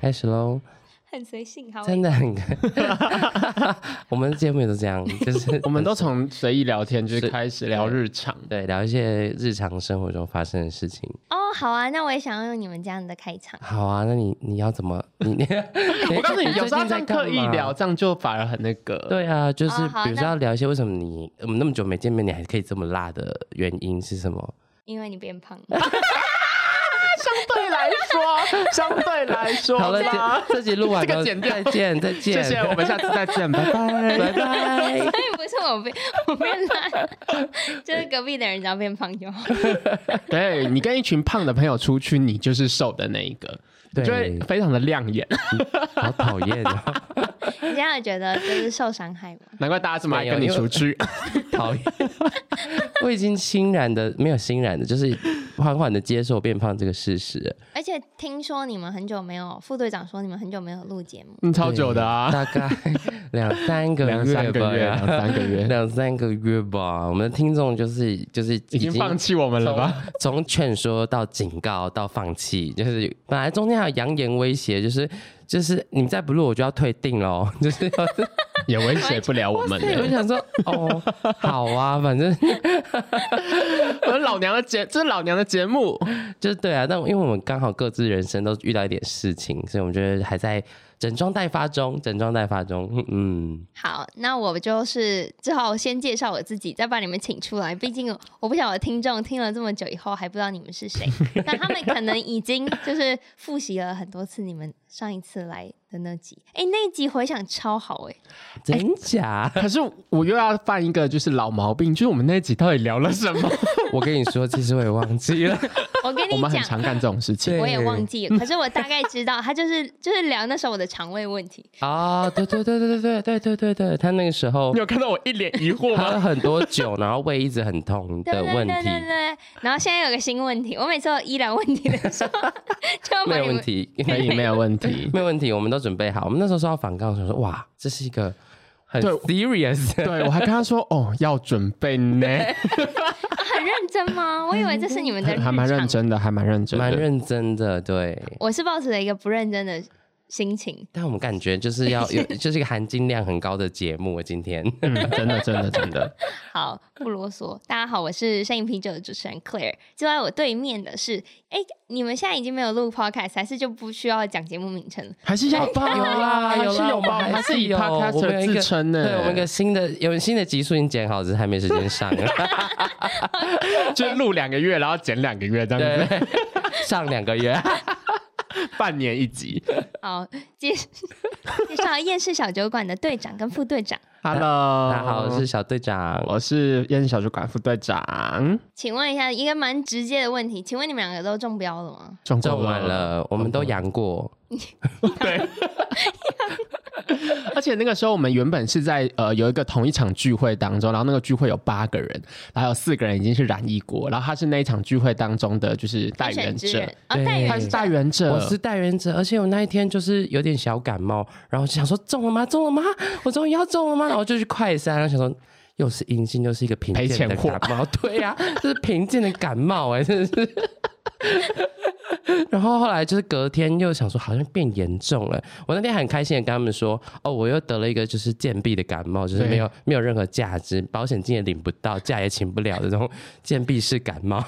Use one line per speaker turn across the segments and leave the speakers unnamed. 开始喽，
很随性，好
真的很， 我们的节目也都这样，就是
我们都从随意聊天就是开始聊日常，
对聊一些日常生活中发生的事情。
哦，好啊，那我也想要用你们这样的开场。
好啊，那你你要怎么？ 你你
我告诉你，有时候这样刻意。
最近在干
聊，
嘛
这样就反而很那个。
对啊，就是
哦好
比如
那
说要聊一些为什么你我们那么久没见面，你还可以这么辣的原因是什么？
因为你变胖 了，
相对来 说，相对来说
好了，
吧
这这集录完
这
了，
个剪掉
再见再
谢
见，
谢，我们下次再见，拜拜。
拜拜。
所以不是我变，我变懒， 就是隔壁的人只要变胖就好。
对你跟一群胖的朋友出去，你就是瘦的那一个，你就会
对，
非常的亮眼，
好讨厌啊，
你这样有觉得就是受伤害吗？
难怪大家这么爱跟你出 去。
讨厌！ 我已经欣然的，没有欣然的，就是缓缓的接受变胖这个事实 了。
而且听说你们很久没有，副队长说你们很久没有录节目，
嗯，超久的啊，
大概两三个
两
月
三
吧
个月，啊两，三个月，
两三个月吧。我们的听众就是就是
已经放弃我们了吧？
从劝说到警告到放弃，就是本来中间还有扬言威胁，就是就是你再不录我就要退订喽， 就是要。
也威胁不了我们
对，我
了。
想说哦，好啊，反正
我说老娘的节，这是老娘的节目，
就是对啊，但因为我们刚好各自人生都遇到一点事情，所以我们觉得还在整装待发中，整装待发中。嗯，
好，那我就是只好先介绍我自己，再把你们请出来。毕竟我不晓得听众听了这么久以后还不知道你们是谁，那他们可能已经就是复习了很多次你们上一次来的那集。哎、那一集回想超好哎、
真假？
可是我又要犯一个就是老毛病，就是我们那一集到底聊了什 么？
我跟你说，其实我也忘记了。
我跟
我
你
们很
讲，
常干这种事情
对。
我也忘记了，可是我大概知道，他就是就是聊那时候我的肠胃问题，
啊、对对对对对对对对对，他那个时候
你有看到我一脸疑
喝
惑吗？
了很多酒，然后胃一直很痛
对
的
对
问
对对
题，
对。然后现在有个新问题，我每次有医疗问题的时候，就 要把
没有
你
问
们
题，
可以，没有问题。
没有问题，我们都准备好。我们那时候说要反抗，想说哇，这是一个很
对
serious 的。
对，我还跟他说哦，要准备 呢，
很认真 吗？我以为这是你们的日
还
常，
还蛮认。真的，还蛮认真的，
蛮认真的，对。
我是抱持了一个不认真的心情，
但我们感觉就是要有，就是一个含金量很高的节目。今天
嗯，真的，真的，真的。
好不啰嗦。大家好，我是摄影啤酒的主持人 Claire，坐在我对面的是，哎、你们现在已经没有录 podcast，还是就不需要讲节目名称了？
还是要吧，
有啦
还
有
是
啦
有
我
吧，
们还
还
是
是以
有我们有
podcaster
一个
自称
对我们一
呢
个，新的有新的集数已经剪好，只是还没时间 上。
就是录两个月，然后剪两个月这样
对
子，，
上两个月。
半年一 集。
好，介 介绍厌世小酒馆的队长跟副队长，
Hello，
大家好，我是小队长。
我是燕小主管副队长，
请问一下一个蛮直接的问题，请问你们两个都中标了吗？
中
中
过
完了，我们都阳过。
对。而且那个时候，我们原本是在呃有一个同一场聚会当中，然后那个聚会有八个人，然后有四个人已经是染疫国，然后他是那一场聚会当中的就是代
人选
言
之
者
人，
哦
啊，
对
代
他
言
是
者
代言者，
我是代言者，而且我那一天就是有点小感冒，然后就想说中了吗？中了吗？我终于要中了吗？然后就去快筛，然后想说又是阴性，又是一个贫
赔
贱
钱
的
货
感冒。对呀、这是贫贱的感冒哎、真的是。然后后来就是隔天又想说好像变严重了，我那天很开心的跟他们说，哦，我又得了一个就是贱婢的感冒，就是
对
没有没有任何价值，保险金也领不到，假也请不了的这种 贱婢式感冒。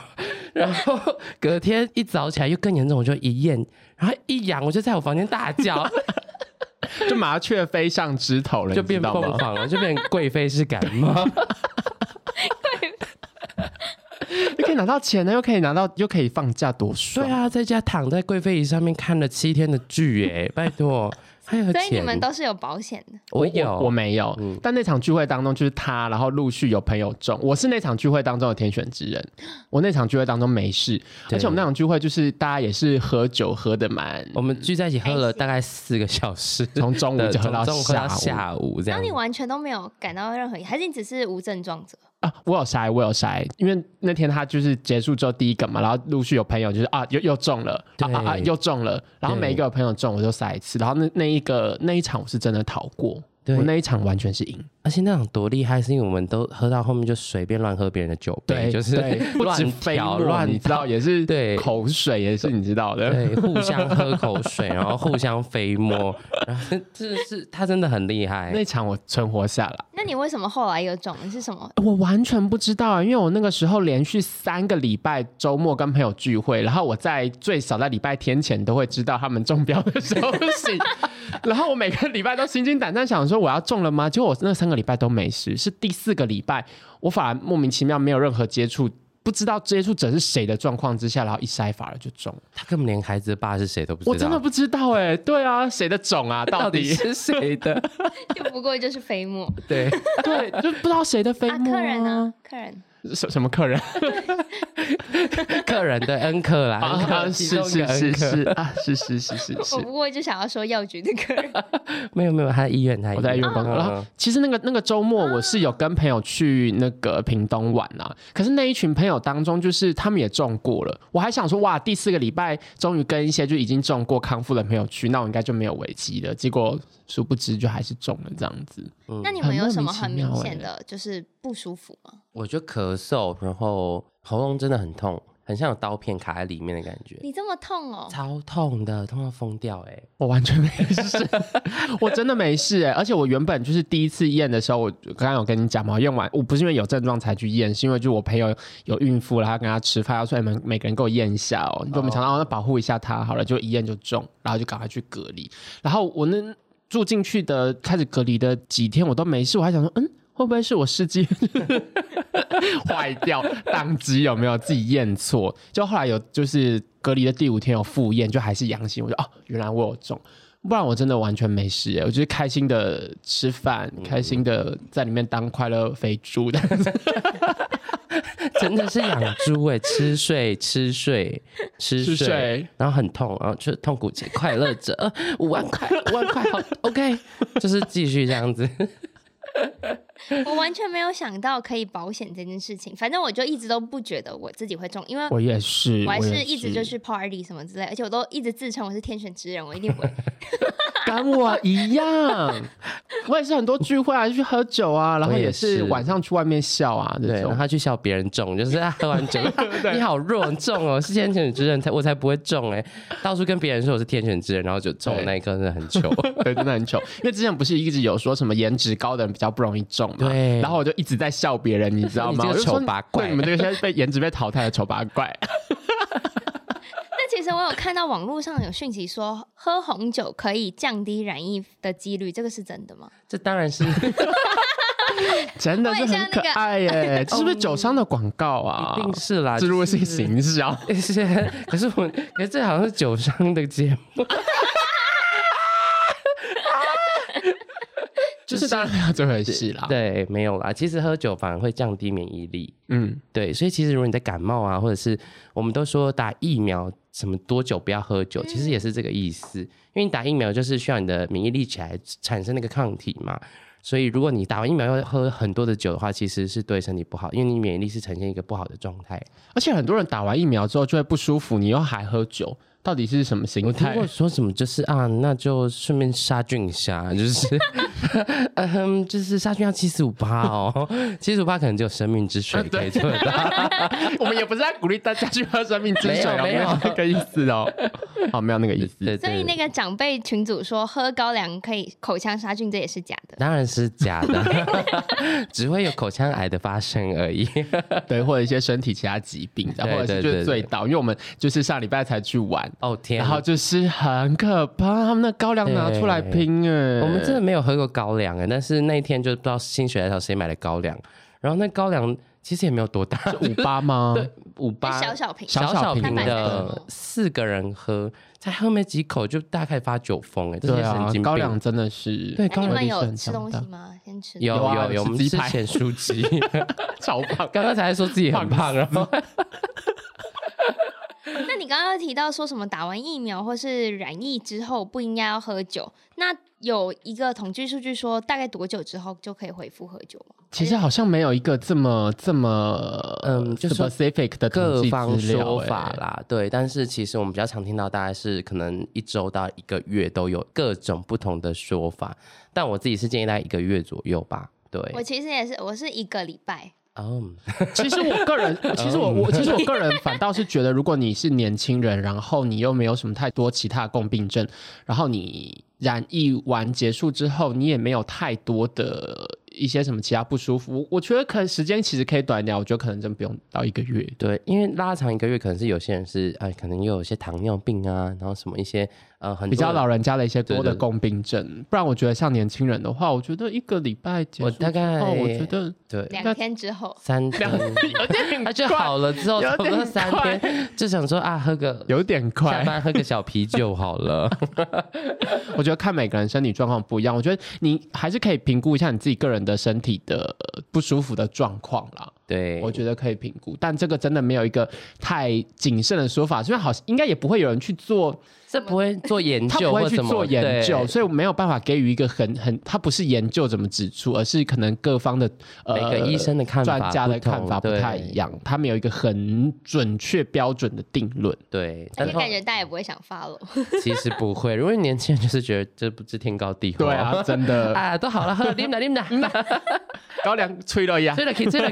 然后隔天一早起来又更严重，我就一验，然后一痒我就在我房间大 叫，
就麻雀飞上枝头了，
就
你知
变
道
凤
吗？
凰了，就变贵妃式感冒。
又可以拿到钱呢，又可以拿到，又可以放假，多爽！
对啊，在家躺在贵妃椅上面看了七天的剧，哎，拜托，还有
所以你
钱，
们都是有保险的，
我有，
我没有。但那场聚会当中，就是他，然后陆续有朋友中，我是那场聚会当中的天选之人。我那场聚会当中没事，
对
而且我们那场聚会就是大家也是喝酒喝的蛮，
我们聚在一起喝了大概四个小时，
从中午
对
哦就喝
从
到
中午喝
下
到
午
下午这样
然后你。完全都没有感到任何，还是你只是无症状者？
啊，我有筛，我有筛，因为那天他就是结束之后第一个嘛，然后陆续有朋友就是啊又又中了，啊啊啊
对
又中了，然后每一个朋友中我就筛一次，然后那那一个那一场我是真的逃过，
对
我那一场完全是赢，
而且那种多厉害，是因为我们都喝到后面就随便乱喝别人的酒杯，就是
对不止
乱
飞
调
沫
乱
你知道也是
对
口水也是你知道的，
对，互相喝口水， 然后互相飞摸， 然后这是他真的很厉害。
那场我存活下来。
那你为什么后来有肿？你是什么？
我完全不知道啊，因为我那个时候连续三个礼拜周末跟朋友聚会，然后我在最少在礼拜天前都会知道他们中标的消息，然后我每个礼拜都心惊胆战，想说我要中了吗？结果我那三个礼拜都没事，是第四个礼拜我反而莫名其妙没有任何接触，不知道接触者是谁的状况之下，然后一筛反而就中了，
他根本连孩子的爸是谁都不知道，
我真的不知道哎、对啊，谁的种啊？
到
到
底
底
是谁的？
就不过就是飞沫
对，
对，就不知道谁的飞
啊，
沫、
客人呢？客人
什什么客人？
客人的恩客啦，恩
啊，
客
是
其中一
是
个恩
是
客
是啊，是是是是
我
是。
不过就想要说药局的客 人，
没有没有，他在医院，嗯他
我在医院工作，然后其实那个那个周末我是有跟朋友去那个屏东玩啊，可是那一群朋友当中，就是他们也中过了，我还想说哇，第四个礼拜终于跟一些就已经中过康复的朋友去，那我应该就没有危机了。结果殊不知就还是中了这样子，
那你们有什么
很
很
莫名其妙
明
欸
显的就是不舒服吗？
我就咳嗽，然后喉咙真的很痛，很像有刀片卡在里面的感觉，
你这么痛哦，
超痛的，痛到疯掉哎、欸！
我完全没事， 我真的没事哎、而且我原本就是第一次验的时候，我刚刚有跟你讲嘛，验完我不是因为有症状才去验，是因为就我朋友有孕妇，然后跟她吃饭，她说你们每个人给我验一下哦，就我们想到、哦、那保护一下她好了，就一验就中，然后就赶快去隔离，然后我那住进去的开始隔离的几天我都没事，我还想说嗯。会不会是我试机坏掉 宕机有没有自己验错？就后来有就是隔离的第五天有复验，就还是阳性，我就哦，原来我有中，不然我真的完全没事耶。我就是开心的吃饭，
嗯
开心的在里面当快乐肥猪的。
真的是养猪哎、 吃睡吃睡吃睡，
吃 睡
然后很痛，然后就痛苦且快乐着，呃五万块 五万块好 OK，就是继续这样 子。
我完全没有想到可以保险这件事情。反正我就一直都不觉得我自己会中，因为
我也是，
我还
我
是
也
一直就去 party 什么之类，而且我都一直自称我是天选之人，我一定会。
跟我一样， 我也是很多聚会啊，去喝酒啊，然后
我也
也是
是
晚上去外面笑啊
对，
这
然后
种。
他去笑别人中，就是他喝完 酒，你好弱你中哦，是天选之人才我才不会中哎、到处跟别人说我是天选之人，然后就中
对
那一刻真的很 糗。
对，真的很糗。因为之前不是一直有说什么颜值高的人比较不容易中嘛？
对
然后我就一直在笑别人，你知道吗？
你这个
我就说
丑八怪
对你们这个现在被颜值被淘汰的丑八怪。
但其实我有看到网络上有讯息说，喝红酒可以降低染疫的几率，这个是真的吗？
这当然是
真的是
问一下
很可
那个
爱 耶！这是不是酒商的广告啊
一？定是啦，
植入
就
性 行销。
是，可是我们，可是这好像是酒商的节目，
就是当然没有这回事啦。，
对，没有啦。其实喝酒反而会降低免疫力，
嗯，
对，所以其实如果你在感冒啊，或者是我们都说打疫苗什么多久不要喝酒，其实也是这个意思，因为你打疫苗就是需要你的免疫力起来产生那个抗体嘛。所以，如果你打完疫苗要喝很多的酒的话，其实是对身体不好，因为你免疫力是呈现一个不好的状态。
而且很多人打完疫苗之后就会不舒服，你又还喝酒，到底是什么心
我听
态
过？说什么就是啊，那就顺便杀菌一下，啊就是， 嗯，就是杀菌要七十五趴哦，七十五趴可能只有生命之水可以做 得到。
我们也不是在鼓励大家去喝生命之水哦，
没有没有
那个意思哦。 好，没有那个意思。
对
所以
对
那
对，
个长辈群主说喝高粱可以口腔杀菌，这也是假的。
当然是假的， 只会有口腔癌的发生而已。
对，或者一些身体其他疾病，然后
对
或者
对
是就
对
是醉倒，因为我们就是上礼拜才去玩，
哦天
然
啊，
后就是很可怕，他们的高粱拿出来拼哎，
我们啊真的没有喝过高粱哎，但是那一天就不知道心血来潮谁买了高粱，然后那高粱其实也没有多大，
五 八吗？
五八
小小瓶
小小瓶
小小瓶
的
的
四个人喝，才喝没几口就大概发酒疯哎，这些
对
神
啊
经，病。哎
高粱真的是
对
那
高
哎
粱
你们
力是
有
很
吃
强
东
大
西吗？先吃
有
有啊
有有，我
吃
们
鸡
吃
排
咸酥鸡。
超棒，
刚刚才说自己很胖，然后
那你刚刚提到说什么打完疫苗或是染疫之后不应该要喝酒？那有一个统计数据说，大概多久之后就可以恢复喝酒吗？
其实好像没有一个这么这么
嗯就是
specific 的统
各
计
方
资料
说
欸
法啦，对。但是其实我们比较常听到，大概是可能一周到一个月都有各种不同的说法。但我自己是建议大概一个月左右吧。对，
我其实也是，我是一个礼拜，
嗯，
其实我个人，其实我我其实我个人反倒是觉得，如果你是年轻人，然后你又没有什么太多其他共病症，然后你染疫完结束之后，你也没有太多的一些什么其他不舒服，我觉得可能时间其实可以短一点，我觉得可能真不用到一个月。
对，因为拉长一个月，可能是有些人是哎，可能又有一些糖尿病啊，然后什么一些呃很多
比较
人
老人家的一些
对
多的
对对
共病症，不然我觉得像年轻人的话，我觉得一个礼拜结束
我大概
之后我觉得
对
两天之后，
三天，
有点
他就好了之后，
有
差不多
点
三
快
天就想说啊，喝个
有点
下
快，
班喝个小啤酒好了。
我觉得看每个人身体状况不一样，我觉得你还是可以评估一下你自己个人的身体的呃不舒服的状况啦。
对，
我觉得可以评估，但这个真的没有一个太谨慎的说法，因为好像应该也不会有人去做，
这不会做研
他
究
不
或
会去
什么，
做研究，
对
所以我没有办法给予一个很很，他不是研究怎么指出，而是可能各方的呃
每个医生的看法
专家的
不同
看法不
对
太一样，他没有一个很准确标准的定论。
对，
而
但
且
是
感觉大家也不会想发了。
其实不会，因为年轻人就是觉得这不知天高地厚。
对 啊，真的，
啊，嗯都好了，喝了，啉了，啉了，
高粱吹了呀
醉。了，可以醉了。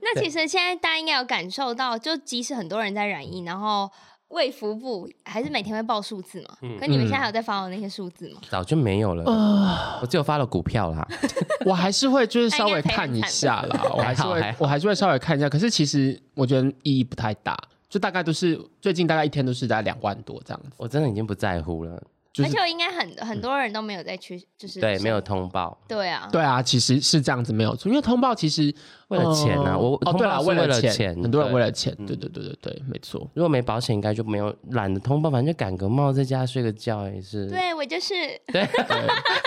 那其实现在大家应该有感受到，就即使很多人在染疫，然后卫福部还是每天会报数字嘛。可你们现在还有在 follow 那些数字吗？
早就没有了，我只有发了股票啦。
我还是会就是稍微看一下啦，我还是
还
会
好
我还是会稍微看一下，可是其实我觉得意义不太大，就大概都是最近大概一天都是在两万多这样子，
我真的已经不在乎了，
就是
而且我应该很很多人都没有在去，就是
对，
上
没有通报，
对啊，
对啊，其实是这样子没有错，因为通报其实
为了钱啊
呃
我
哦
通
对
报
啦，
是
为
为了
钱
钱，嗯
很多人
对
为了钱，对对对对对，没错。
如果没保险，应该就没有懒得通报，反正就感个冒，在家睡个觉也是。
对我就是
对，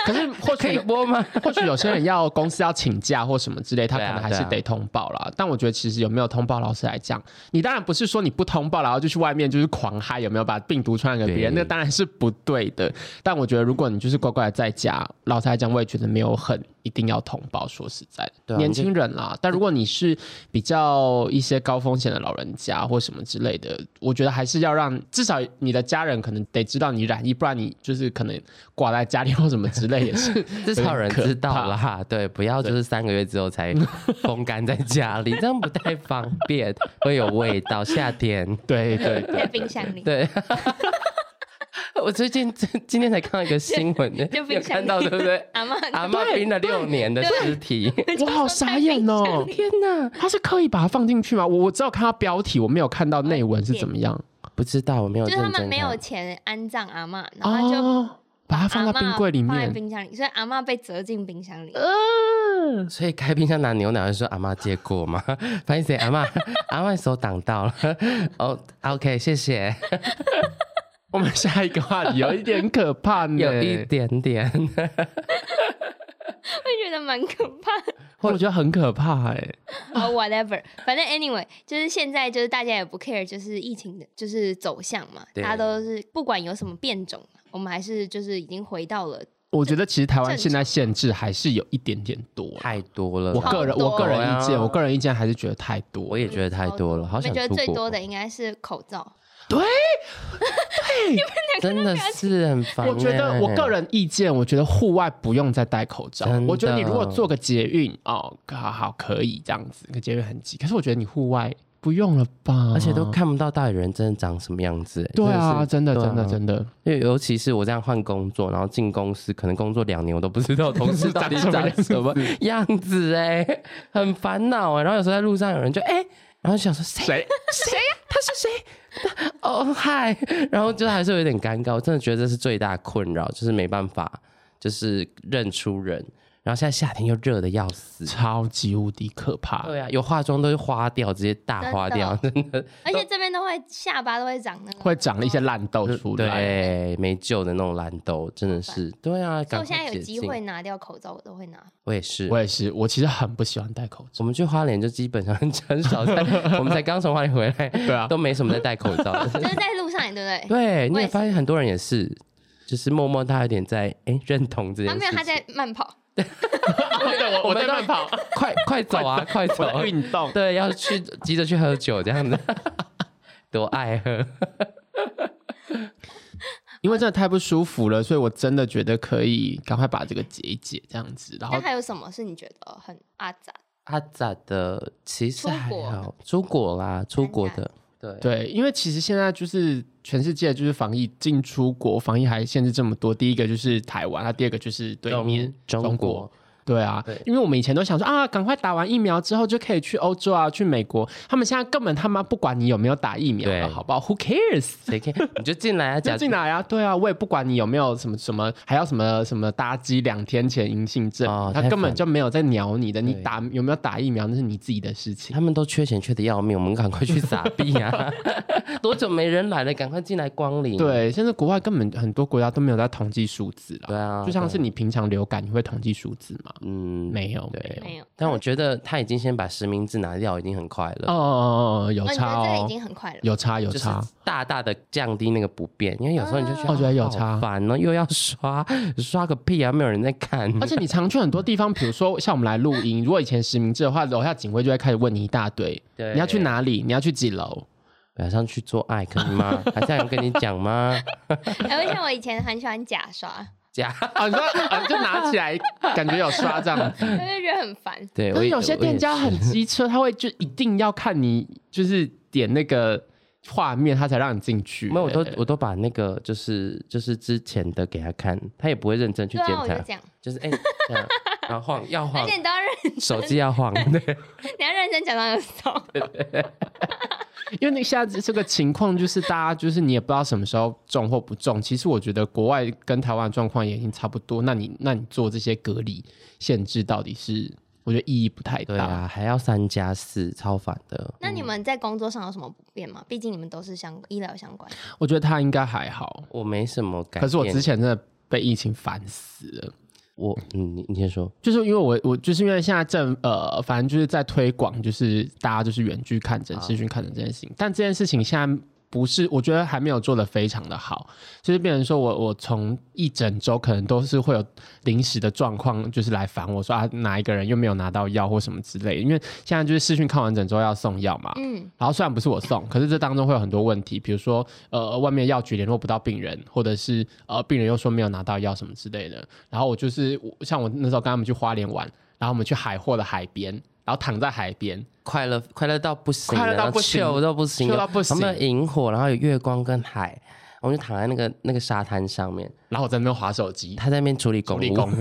可是或
可以
许
播吗？
或许有些人要公司要请假或什么之类，他可
对啊
能还是
对啊
得通报啦。但我觉得其实有没有通报，老师来讲，你当然不是说你不通报，然后就去外面就是狂嗨，有没有把病毒传染给别人，
对
那当然是不对的。但我觉得如果你就是乖乖的在家，老师来讲，我也觉得没有很一定要通报。说实在的，
对啊
年
你就
轻人啦，但如果你是比较一些高风险的老人家或什么之类的，我觉得还是要让至少你的家人可能得知道你染疫，不然你就是可能挂在家里或什么之类也是。
至少有人知道啦，对，不要就是三个月之后才风干在家里，这样不太方便，会有味道。夏天，
对对 对，
在冰箱里，
对。 我最近今今天才看到一个新闻，呢，
就
有
冰箱
看到对不 对？
阿妈
阿妈冰了六年的尸体，
我好傻眼哦！
天哪！
他是刻意把它放进去吗？我我只有看到标题，我没有看到内文是怎么样
不知道，我没有
就是
认
他
真
们
看。
没有钱安葬阿妈，然后就
哦。把它放到
阿嬷
冰柜里
放在
面，
冰箱里，所以阿妈被折进冰箱里。
所以开冰箱拿牛奶会说阿妈借过吗？反正阿妈 阿妈手挡到了。哦、o k 谢谢，
我们下一个话题有一点可怕呢。
有一，点点。
会觉得蛮可怕的。
我觉得很可怕哎。
哦、whatever，反正 anyway，就是现在就是大家也不 care，就是疫情的就是走向嘛，
对
大家都是不管有什么变种，我们还是就是已经回到了
我觉得其实台湾现在限制还是有一点点多。
太多了。
我个人，我个人意
对
见，
啊
我个人意见还是觉得太多
我。也觉得太多了，好
我
想
嗯们觉
出
得
国。哦
最多的应 该是口罩，
真 的是很烦、欸
我觉得我个。人意见，我觉得户外不用再戴口罩
真的。
我觉得你如果做个捷运哦，好好可以这样子，个捷运很挤。可是我觉得你户外不用了吧，
而且都看不到到底人真的长什么样子、欸
啊对啊，真的
对啊
真的真的，
因为尤其是我这样换工作，然后进公司，可能工作两年，我都不知道同事 到底 长什么样子哎、很烦恼哎。然后有时候在路上有人就哎、然后想说谁
谁
谁呀、他是谁？哦嗨，然后就还是有点尴尬，我真的觉得这是最大困扰，就是没办法，就是认出人。然后现在夏天又热的要死。
超级无敌可怕。
对啊，有化妆都是花掉，直接大花掉，真的
而且这边都会下巴都会长那个，
会长了一些。烂痘
呃
出来，
对，没救的那种蓝豆，真的是对啊。
所以
赶
我现
快
在
解
有机
禁
会，拿掉口罩，我都会拿。
我也是，
我也是，我其实很不喜欢戴口罩。
我们去花莲就基本上 很少在，我们才刚从花莲回来，
对啊
都没什么在戴口 罩的。
就是在路上，对 不对？
对，你
我
也
也是
发现很多人也是，就是默默他有点在哎、认同这件
他
事
啊没
情。
有，他在慢跑。
对，我
我们都， 快快走啊，快走！
我在运动。
对，要去急着去喝酒这样子， 多爱喝。
因为真的太不舒服了，所以我真的觉得可以赶快把这个解一解，这样子。然后
但还有什么是你觉得很阿杂？
阿咋的？其实
出
还
国
好，出国啦，出国的，对
对，因为其实现在就是全世界就是防疫进出国防疫还限制这么多，第一个就是台湾，那第二个就是对面
中
中
国
国。对啊，
对
因为我们以前都想说啊，赶快打完疫苗之后就可以去欧洲啊，去美国。他们现在根本他妈不管你有没有打疫苗
对
了，好不好？Who cares？
谁可以你 就进来啊，假
就进来啊，对啊，我也不管你有没有什么什么，还要什么什么搭机两天前阴性证，
哦
他
太
根
烦
本就没有在鸟你的，你
对
打有没有打疫苗那是你自己的事情。
他们都缺钱缺的要命，我们赶快去撒币 啊！多久没人来了？赶快进来光临。
对，现在国外根本很多国家都没有在统计数字了。
对啊，
就像
对
是你平常流感，你会统计数字吗？
嗯，
没有，
对
没有。
没有。
但我觉得他已经先把实名制拿掉，已经很快乐。
哦哦哦哦，有
哦，你觉
差
得这个已
哦，
经很快了。
有差有
就是
差。
大大的降低那个不便，因为有时候你就觉得、
啊我觉得有
好
差
烦哦，又要刷刷个屁啊，没有人在看。
而且你常去很
嗯
多地方，比如说像我们来录音，如果以前实名制的话，楼下警卫就会开始问你一大堆，
对
你要去？哪里，你要去几楼，
晚上去做爱可以 吗？还是有人跟你讲吗？
哎，而且我以前很喜欢假刷，
假
啊，你说啊，就拿起来，感觉有刷 这样子。
我就觉得很烦。
对，
可
我
是
也
有些店家很机车，他会就一定要看你，就是点那个画面，他才让你进去。
没有，我都
欸
我都把那个就是就是之前的给他看，他也不会认真去
对
检
啊，我
查，
就这样，
就是哎、这样，然后 晃要
而
晃
且，你都要认，
手机要晃，对，
你要认真假装有 手。
因为那现在这个情况就是大家就是你也不知道什么时候中或不中。其实我觉得国外跟台湾的状况也已经差不多。那你那你做这些隔离限制到底是我觉得意义不太
对
大。
啊，还要三加四，超烦的。
那
嗯
你们在工作上有什么不便吗？毕竟你们都是相医疗相关。
我觉得他应该还好，
我没什么改变，
可是我之前真的被疫情烦死了。
我嗯，你你先说，
就是因为我我就是因为现在正呃，反正就是在推广，就是大家就是远距看诊、视讯看诊这件事情，但这件事情现在。不是，我觉得还没有做的非常的好，就是变成说我我从一整周可能都是会有临时的状况，就是来烦我说啊哪一个人又没有拿到药或什么之类的，因为现在就是视讯看完诊之后要送药嘛，
嗯，
然后虽然不是我送，可是这当中会有很多问题，比如说呃，外面药局联络不到病人，或者是呃，病人又说没有拿到药什么之类的。然后我就是我像我那时候跟他们去花莲玩，然后我们去海货的海边，然后躺在海边，
快乐快乐到不行了，
快乐到不行
然后 chill 到不行了，
chill 到不行
我们有萤火，然后有月光跟海，我们就躺在那个那个沙滩上面，
然后我在那边划手机，
他在那边处理公
努力
务，
公务，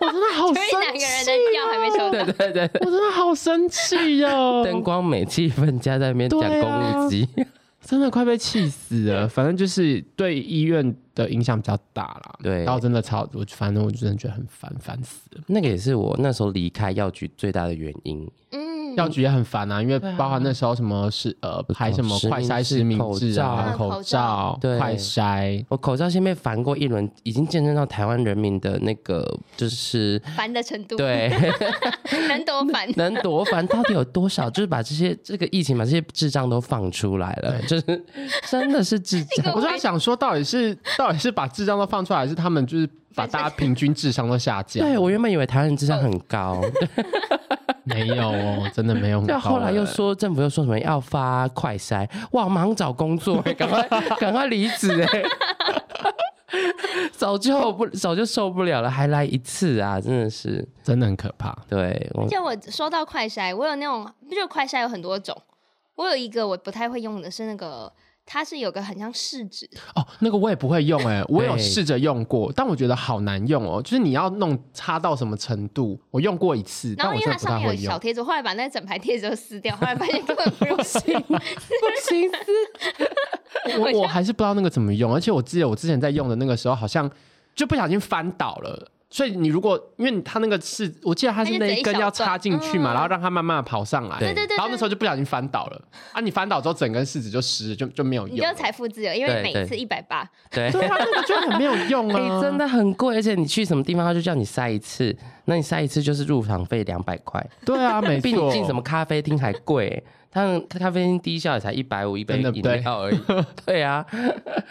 我真 的好
所以
生
两个
气
人的药还没
哦、
收到
对，对 对，对
我真的好生气哟、
灯光美，气氛加在那边讲
对啊
公务机，
真的快被气死了。反正就是对医院的影响比较大啦。
对
然后真的超，我反正我就真的觉得很烦，烦死了。
那个也是我那时候离开药局最大的原因，
嗯，
药局也很烦啊，因为包含那时候什么是呃排什么快筛实名制啊、
实名制口罩
口罩、
对
快筛，
我口罩先被烦过一轮，已经见证到台湾人民的那个就是
烦的程度，，
对。
能多 烦？
能多烦到底有多少？就是把这些这个疫情把这些智障都放出来了，就是真的是智障。
我就在想说，到底是到底是把智商都放出来，还是他们就是把大家平均智商都下降？
对我原本以为台湾人智商很高，
没有哦，真的没有很高
但
了。
啊后来又说政府又说什么要发快筛，哇，马上找工作、 欸，赶快赶快离职哎、 早就不早就受不了了，还来一次啊！真的是，
真的很可怕，
对我
而且我收到快筛，我有那种，不就快筛有很多种，我有一个我不太会用的是那个，它是有个很像试纸，
哦，那个我也不会用哎、我有
对
试着用过，但我觉得好难用哦，就是你要弄差到什么程度？我用过一次，
然
但
后
我
因
真
为
的不
它上
太
面有
会
小
用。
贴纸，后来把那整排贴纸都撕掉，后来发现根 本不用 撕，
不行，
我我还是不知道那个怎么用，而且我记得我之前在用的那个时候，好像就不小心翻倒了。所以你如果因为他那个是，我记得他是那一根要插进去嘛，
嗯
然后让它慢慢的跑上来，
对
对对对，
然后那时候就不小心翻倒了啊！你翻倒之后，整根柿子就湿了，就就没有
你
用
就。财富自由，因为
对
每
对
次一百八，
对，
对啊，那个就很没有用
哎、
啊！
真的很贵，而且你去什么地方，他就叫你塞一次，那你塞一次就是入场费两百块，
对 啊，没
比你
错。
进什么咖啡厅还贵、他们咖啡厅低效也才一百五一杯
真的
饮料而已， 对啊，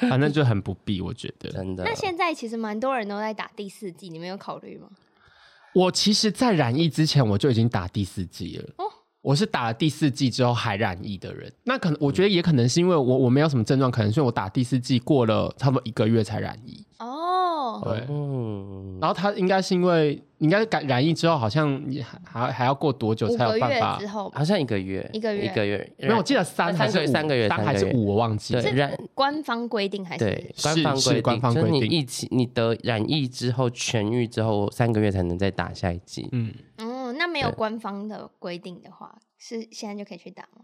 反正就很不必，我觉得。
真的
那。现在其实蛮多人都在打第四季，你们有考虑吗？
我其实，在染疫之前，我就已经打第四剂了。
哦
我是打了第四剂之后还染疫的人。那可能我觉得也可能是因为我我没有什么症状，可能是因为我打第四剂过了差不多一个月才染疫。
哦，
对，
嗯，
然后他应该是因为应该感染疫之后，好像也还还还要过多久
五
才
个
有办
月
法
之？后吧，
好像一个月，
一个月
一个月，
没有，我记得三还
三
是
个月
五
三个月
三还是
三个月
五，我忘记了。
对染
官方规定还哎是
对官方
是
规定，
官方
就是
规
你
定
疫情你得染疫之后痊愈之后三个月才能再打下一 剂。
嗯，
嗯，那没有
对
官方的规定的话，是现在就可以去打吗？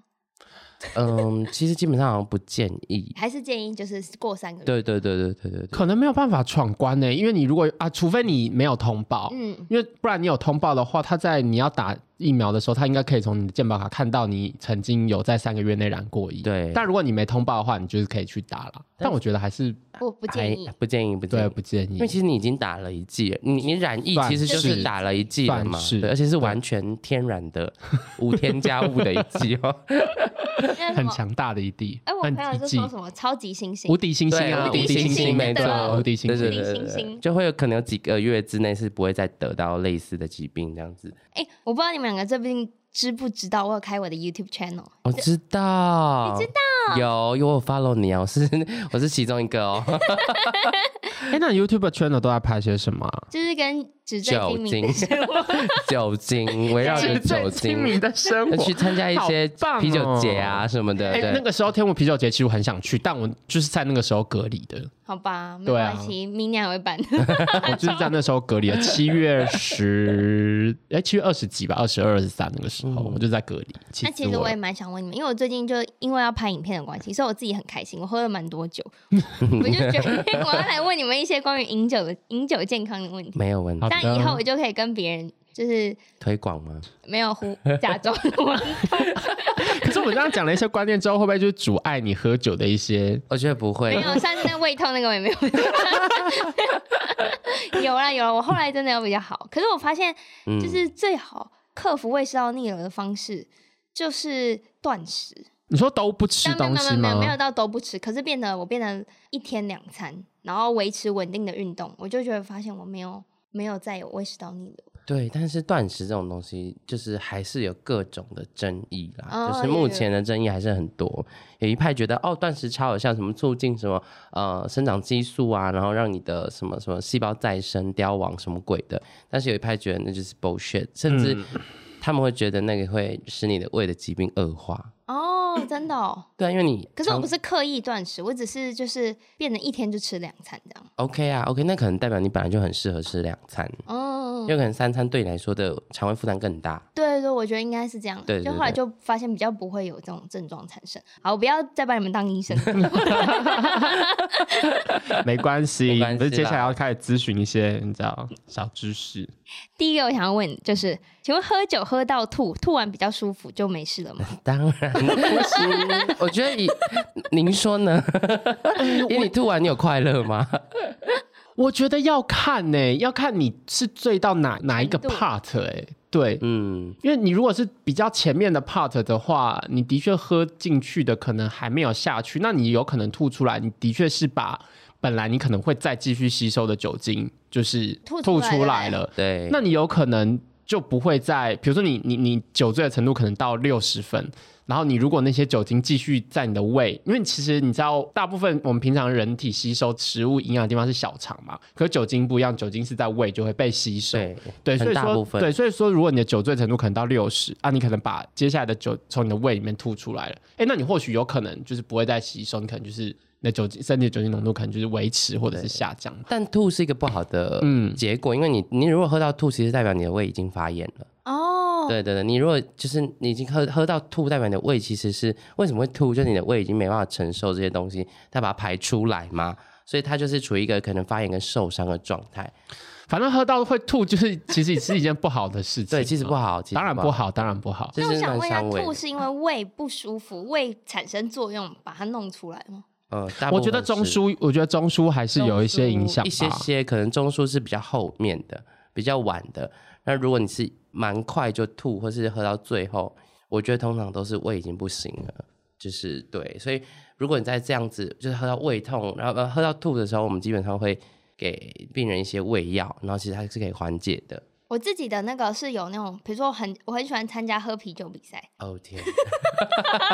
嗯，其实基本上好像不建 议。
还是建议就是过三个月？
对对对对对对对，
可能没有办法闯关呢、因为你如果啊，除非你没有通报，
嗯，
因为不然你有通报的话，他在你要打疫苗的时候，他应该可以从你的健保卡看到你曾经有在三个月内染过疫。
对
但如果你没通报的话，你就是可以去打了。但我觉得还是
我不建议
哎。不建议，不建
对
议。
不建议
因为。其实你已经打了一剂了，你你染疫
算
其实就是
是
打了一剂了嘛
算，是
对，而且是完全天然的、无添加物的一剂 哦。
那什
很
么？
强大的一地，
哎，我
很
朋友
一
就
剂
说什么超级星星
无，敌星星啊，
对
无敌
星
星星
没
对
错，
无敌星
对对
星。
对对
无敌星
对
星
就会有可能有几个月之内是不会再得到类似的疾病这样子。
哎，我不知道你们两个最近知不知道，我有开我的 YouTube channel，
哦
我知道，
你知
道 有有我 follow 你啊，我是 我是其中一个哦。
哎，那 YouTube 圈的都在拍些什么啊？
就是跟纸醉
酒
金迷
精
的生活，
酒精围绕着酒精，
的生
去参加一些
好棒哦
啤酒节啊什么的，
哎、
对
那。个时候天母啤酒节其实我很想去，但我就是在那个时候隔离的，
好吧，没
对啊
关系，明年还会办。
我就是 在那时候隔离的，七月十，哎，七月二十几吧，二十二、二十三那个时候，
嗯
我就在隔离。
那其
死
实
我
我也
了
蛮想问你们，因为我最近就因为要拍影片的关系，所以我自己很开心，我喝了蛮 多酒，我就觉得我要来问你们一些关于饮酒的饮酒健康的问题，
没有问题
好，
但
的
以后我就可以跟别人就是
推广吗？
没有胡假装 我
可是我刚刚讲了一些观念之后，会不会就是阻碍你喝酒的一些？
我觉得不会
没，有上次那胃痛那个我也没 有，有啦有啦，我后来真的有比较好，可是我发现
嗯
就是最好克服胃食道逆流的方式就是断食，
你说都不吃
但没有
东
没有
西
没有没有
吗？
到都不吃，可是变得我变得一天两餐，然后维持稳定的运动，我就觉得发现我没有没有再有胃食道逆流。
对，但是断食这种东西，就是还是有各种的争议啦。
哦
就是目前的争议还是很多，有一派觉得哦，断食超有效，什么促进什么呃生长激素啊，然后让你的什么什么细胞再生、凋亡什么鬼的。但是有一派觉得那就是 bullshit，甚至他们会觉得那个会使你的胃的疾病恶化。
哦，真的 哦。
对啊，因为你
可是我
长
不是刻意断食，我只是就是变得一天就吃两餐这样。
OK 啊，OK，那可能代表你本来就很适合吃两餐，
嗯，
有可能三餐对你来说的肠胃负担更大。
对对，我觉得应该是这样。
对对
就后来
对
就发现比较不会有这种症状产生。好，我不要再把你们当医生。
没 关
没关
系
系啦，
不是接下来要开始咨询一些你知道小知识。
第一个我想要问就是，请问喝酒喝到吐，吐完比较舒服就没事了 吗？
当然不行，哎我觉得以您说呢？因为你吐完你有快乐吗？
我觉得要看呢、欸要看你是醉到哪哪一个
程度
part 哎、对，
嗯，
因为你如果是比较前面的 part 的话，你的确喝进去的可能还没有下去，那你有可能吐出来，你的确是把本来你可能会再继续吸收的酒精，就是
吐出
吐
来
出
了
来了，
对，
那你有可能就不会再，比如说你你你酒醉的程度可能到六十分，然后你如果那些酒精继续在你的胃，因为其实你知道，大部分我们平常人体吸收食物营养的地方是小肠嘛，可是酒精不一样，酒精是在胃就会被吸收。
对
对，所
很
以
大部
说，
分
对，所以说，如果你的酒醉程度可能到六十啊，你可能把接下来的酒从你的胃里面吐出来了，哎，那你或许有可能就是不会再吸收，你可能就是你的酒精身体的酒精浓度可能就是维持或者是下降嘛。
但吐是一个不好的
嗯
结果，因为你你如果喝到吐，其实代表你的胃已经发炎了。
哦，
对对对，你如果就是你已经喝喝到吐，代表你的胃其实是为什么会吐，就是你的胃已经没办法承受这些东西，它把它排出来嘛。所以他就是处于一个可能发炎跟受伤的状态。
反正喝到会吐，就是 其实是一件不好的事情。
对，其实不，好，其实
当然不
不好，
好，当然不好。
这
那我
是
想
蛮
问一下，
伤胃
吐
的。
是因为胃不舒服，胃产生作用把它弄出来吗？
嗯，大部
我觉得
分
中
是
枢，我觉得中枢还是有一些影响
嗯
吧。
一些些，可能中枢是比较后面的，比较晚的。那如果你是蛮快就吐，或是喝到最后，我觉得通常都是胃已经不行了，就是对。所以如果你在这样子，就是喝到胃痛，然后呃喝到吐的时候，我们基本上会给病人一些胃药，然后其实它是可以缓解的。
我自己的那个是有那种，比如说我很我很喜欢参加喝啤酒比赛，
哦 天，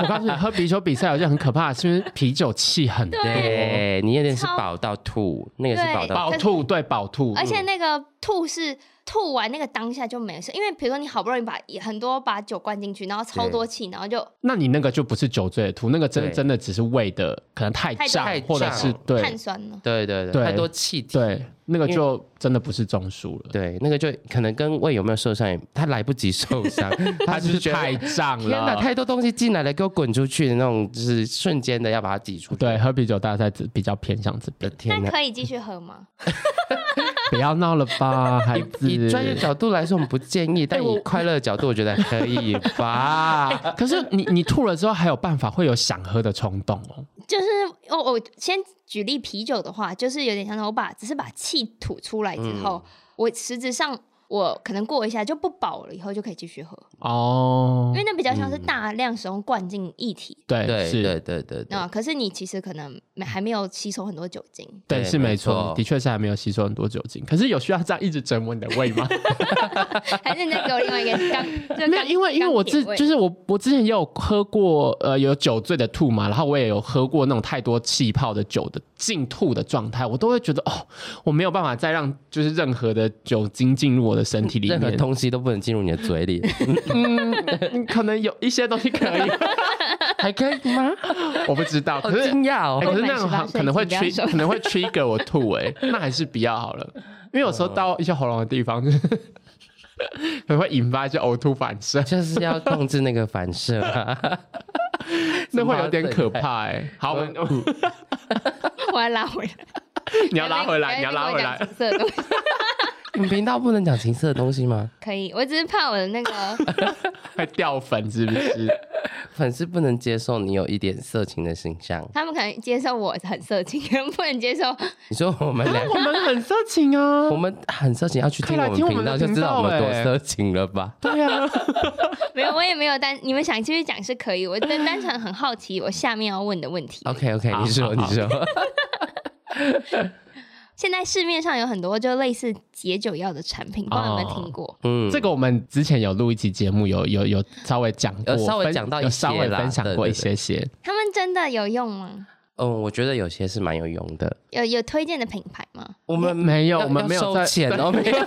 我告诉你，喝啤酒比赛有一件很可怕的事，是因为啤酒气很多，
对你有点是
超
饱到吐，那个是饱
对
到
饱吐，对饱吐，
嗯
而且那个吐是吐完那个当下就没事，因为比如说你好不容易把很多把酒灌进去，然后超多气，然后就
那你那个就不是酒醉的吐，那个真
对
真的只是胃的可能太
太
胀
胀，
或者是
碳
对
酸了。
对对
对
对，太多气体。
对，那个就真的不是中枢了，
对，那个就可能跟胃有没有受伤也，他来不及受伤，
它就
只
是
觉得
太胀
天哪，
了。
太多东西进来了，给我滚出去的那种，就是瞬间的要把它挤出去。
对，，喝啤酒大赛只比较偏向这
的
边，
天
那
哪！
可以继续喝吗？
不要闹了 吧，孩
以专业
子。
角度来说，我们不建议，但以快乐的哎角度，我觉得可以吧。
啊可是你你吐了之后还有办法会有想喝的冲动哦，
就是我我先举例啤酒的话，就是有点像是我把只是把气吐出来之后，
嗯
我实质上我可能过一下就不饱了，以后就可以继续喝，
哦
因为，那比较像是
嗯
大量使用灌进液体。
对
对
是，
对对对对
那、可是你其实可能没还没有吸收很多酒精，
对
对
是
没
没错
错，
的确是还没有吸收很多酒精，可是有需要这样一直折磨你的胃吗？
还是你再给我另外一个刚，就
没有，
刚
因为因为我自
钢铁味
就是我我之前也有喝过呃有酒醉的吐嘛，然后我也有喝过那种太多气泡的酒的进吐的状态，我都会觉得哦，我没有办法再让就是任何的酒精进入我的身体里
任何
面。
东西都不能进入你的嘴里，
嗯可能有一些东西可以，
还可以吗？
我不知道，
好
可是。
惊讶
哎
哦！
可是那种
未满18
好可能会
岁请
tr
不要说
可能会 trigger 我吐哎、那还是不要好了，因为有时
哦
候到一些喉咙的地方，就是 可能会引发一些呕吐反射，
就是要控制那个反射啊，
那会有点可怕哎、好，我们
我要拉回来，
你要拉回来，你要拉回
不要
来。
哎 再跟我讲情色的东西
你们频道不能讲情色的东西吗？
可以，我只是怕我的那个。
会掉粉是不是？
粉丝不能接受你有一点色情的形象
他们可能接受我很色情， 可能不能接受
你说我们 两个
我们很色情啊
我，们很色情，要去听
快来
我们
听我
频
们
道
的
就
频
知道我们
道
多
欸
色情了吧？
对啊，
没有，我也没有单，你们想继续讲是可以，我单 单纯很好奇我下面要问的问题。
OK OK，
好
你说
好
你
好
说，
现在市面上有很多就类似解酒药的产品，不知道有没有听过？
嗯，
这个我们之前有录一期节目，有有有稍微讲过，
有稍微
分
讲到
有
一
稍
些
微
啦
分享
对
过
对
一些些。
他们真的有用吗？
嗯，我觉得有些是蛮有用的。
有有推荐的品牌吗？
我们
没有
要
我们
要
没有
收
在
钱哦，没有。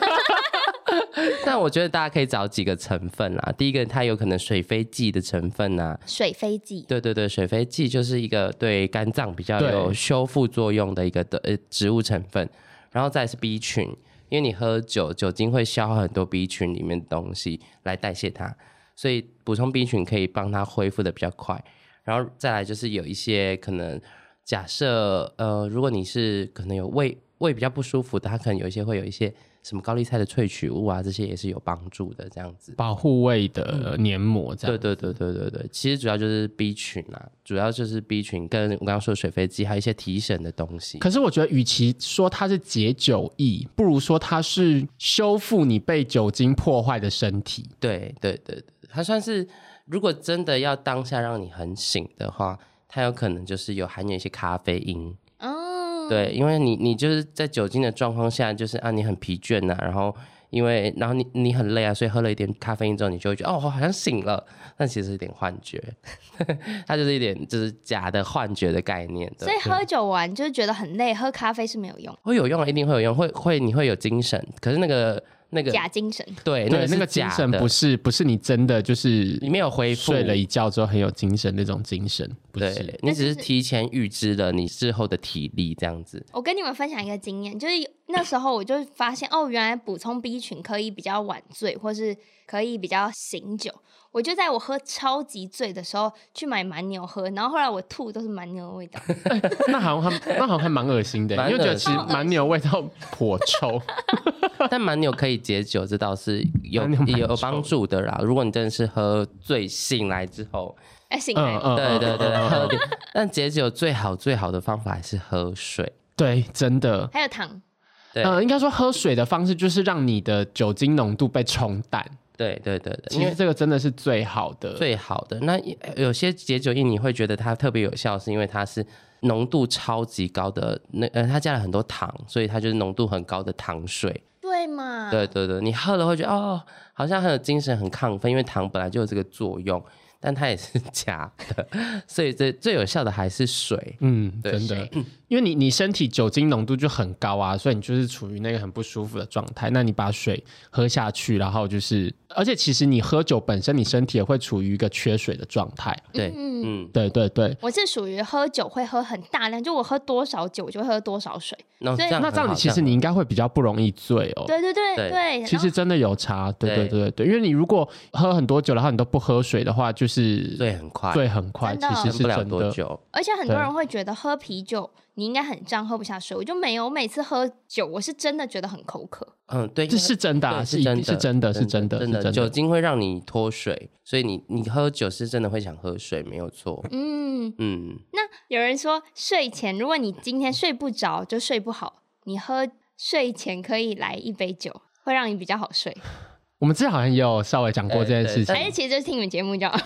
但我觉得大家可以找几个成分啦。第一个，它有可能水飞剂的成分啊，
水飞剂，
对对对，水飞剂就是一个对肝脏比较
对
有修复作用的一个的呃植物成分，然后再来是 B 群，因为你喝酒，酒精会消耗很多 B 群里面的东西来代谢它，所以补充 B 群可以帮它恢复的比较快。然后再来就是有一些可能，假设呃，如果你是可能有胃胃比较不舒服的，它可能有一些会有一些什么高丽菜的萃取物啊，这些也是有帮助的这样子。
保护胃的黏膜，
嗯
这
对
样
对对对对对，其实主要就是 B 群啊，主要就是 B 群跟我刚刚说的水飞机，还有一些提神的东西。
可是我觉得，与其说它是解酒液，不如说它是修复你被酒精破坏的身体。
对对对对，它算是如果真的要当下让你很醒的话，它有可能就是有含有一些咖啡因。
哦，
对，因为你你就是在酒精的状况下，就是啊你很疲倦呐、然后因为然后你你很累啊，所以喝了一点咖啡因之后，你就会觉得哦我好像醒了，但其实是一点幻觉， 它就是一点就是假的幻觉的概念。对
所以喝酒完就是觉得很累，喝咖啡是没有用。
会有用，一定会有用，会会你会有精神，可是那个那个
假精神，
对
对，
哎那
那
个
个
是
精
假
神
的
不是不是你真的就是
你没有恢复
睡了一觉之后很有精神那种精神，不
对
是。
你只是
但是
提前预知了你事后的体力这样 子。
我跟你们分享一个经验，就是有那时候我就发现，哦，原来补充 B 群可以比较晚醉，或是可以比较醒酒。我就在我喝超级醉的时候去买蛮牛喝，然后后来我吐都是蛮牛的味 道。
那好像还那好像还蛮恶心的，
蛮
因为觉得
恶
其
心
实蛮牛味道颇臭。
但蛮牛可以解酒，这倒是有
蛮牛蛮
有有
臭
帮助的啦。如果你真的是喝醉醒来之后，
哎，醒来
嗯嗯，
了，
对对
嗯嗯
对，
嗯
喝点。但解酒最好最好的方法还是喝水。
对，真的。
还有糖，
对
呃，应该说喝水的方式就是让你的酒精浓度被冲淡，
对对对对，
其
因
实
为
这个真的是最好的。
最好的那呃有些解酒液你会觉得它特别有效，是因为它是浓度超级高的那呃，它加了很多糖，所以它就是浓度很高的糖水。
对嘛？
对对对，你喝了会觉得哦，好像很有精神，很亢奋，因为糖本来就有这个作用，但它也是 假的，所以这最有效的还是水。
嗯，
对
真的， 因为你你身体酒精浓度就很高啊，所以你就是处于那个很不舒服的状态。那你把水喝下去，然后就是，而且其实你喝酒本身，你身体也会处于一个缺水的状态。
对，
嗯，
嗯，
对对对，
我是属于喝酒会喝很大量，就我喝多少酒我就会喝多少水。
那
所以
样
那这样
很好
你其实你应该会比较不容易醉哦。
对对对
对
对，
其实真的有差，对对
对
对对，因为你如果喝很多酒，然后你都不喝水的话，就是
醉很快，
醉很快，
真的
其实
撑
是
不了
真
多
的。
久。
而且很多
对
人会觉得喝啤酒你应该很胀，喝不下水。我就没有，我每次喝酒我是真的觉得很口渴。
嗯，对，
这
因为
是真的啊、
对
是
是
一
真
定
的，
是真的，是真的，
真
是
的。
真
酒
的。
精会让你脱水，所以你你喝酒是真的会想喝水，没有错。
嗯，
嗯，
那有人说睡前，如果你今天睡不着就睡不好，你喝睡前可以来一杯酒，会让你比较好睡。
我们之前好像也有稍微讲过这件
对
事情
对，
还是其实就是听你们节目就好。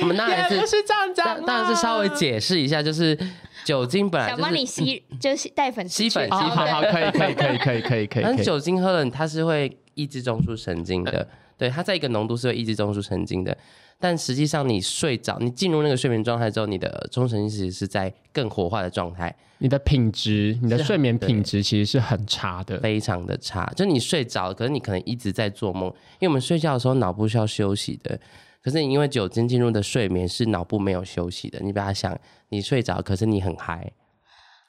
我们当然
也
是
不 是这样讲
当
啦，
当然是稍微解释一下，就是酒精本来
想
就
帮你
是，
吸，就是带粉
吸粉
哦
吸
好好，可以可以可以可以可以可 以
但
可
是
以。
酒精喝了它是会抑制中枢神经的，对，它在一个浓度是会抑制中枢神经的。但实际上你睡着，你进入那个睡眠状态之后，你的中枢神经其实是在更活化的状态，
你的品质，你的
是
睡眠品质其实是很差的。
非常的差。就你睡着，可是你可能一直在做梦，因为我们睡觉的时候脑部是要休息的，可是你因为酒精进入的睡眠是脑部没有休息的。你把它想，你睡着，可是你很嗨，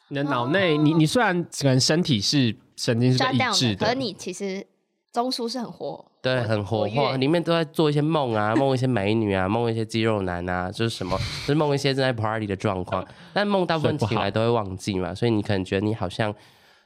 你的脑内，你你虽然可能身体是神经是
抓
被抑
掉
制
你，可
的
是，你其实中枢是很活。
对，很活
活
泼，
跃
里面都在做一些梦啊，梦一些美女啊， 梦一些肌肉男啊，就是什么，就是梦一些正在 party 的状况。但梦大部分
睡不好
醒来都会忘记嘛，所以你可能觉得你好像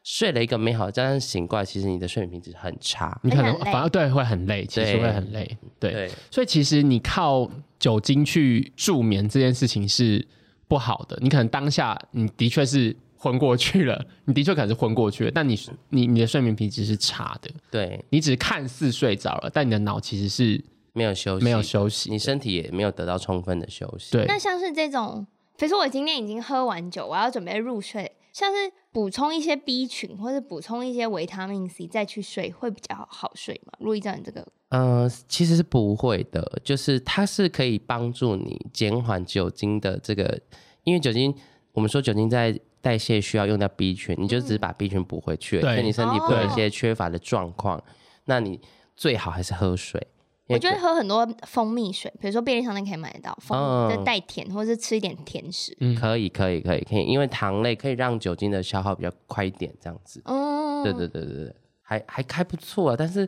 睡了一个美好的觉，但是醒过来，其实你的睡眠品质很差。
你可
而
能
且很累
反而对会很累，其实
对
会很累。对，
对，
所以其实你靠酒精去助眠这件事情是不好的。你可能当下你的确是昏过去了，你的确可能是昏过去了，但你你你的睡眠品质是差的。
对，
你只是看似睡着了，但你的脑其实是
没有休息，
没有休息的。
你身体也没有得到充分的休息。
对
那像是这种，比如说我今天已经喝完酒，我要准备入睡，像是补充一些 B 群或者补充一些维他命 C 再去睡，会比较好睡嘛？如果依照你这个，
呃，其实是不会的，就是它是可以帮助你减缓酒精的这个，因为酒精，我们说酒精在代谢需要用到 B 群，你就只是把 B 群补回去，
对
所以你身体不会有一
哦
些缺乏的状况。那你最好还是喝水，因
我
为
觉得喝很多蜂蜜水，比如说便利商店可以买得到蜂蜜，就
嗯
带甜，或者是吃一点甜食。
可以，可以，可以，可以，因为糖类可以让酒精的消耗比较快一点，这样子。
嗯，
对对对对对，还还还不错啊。但是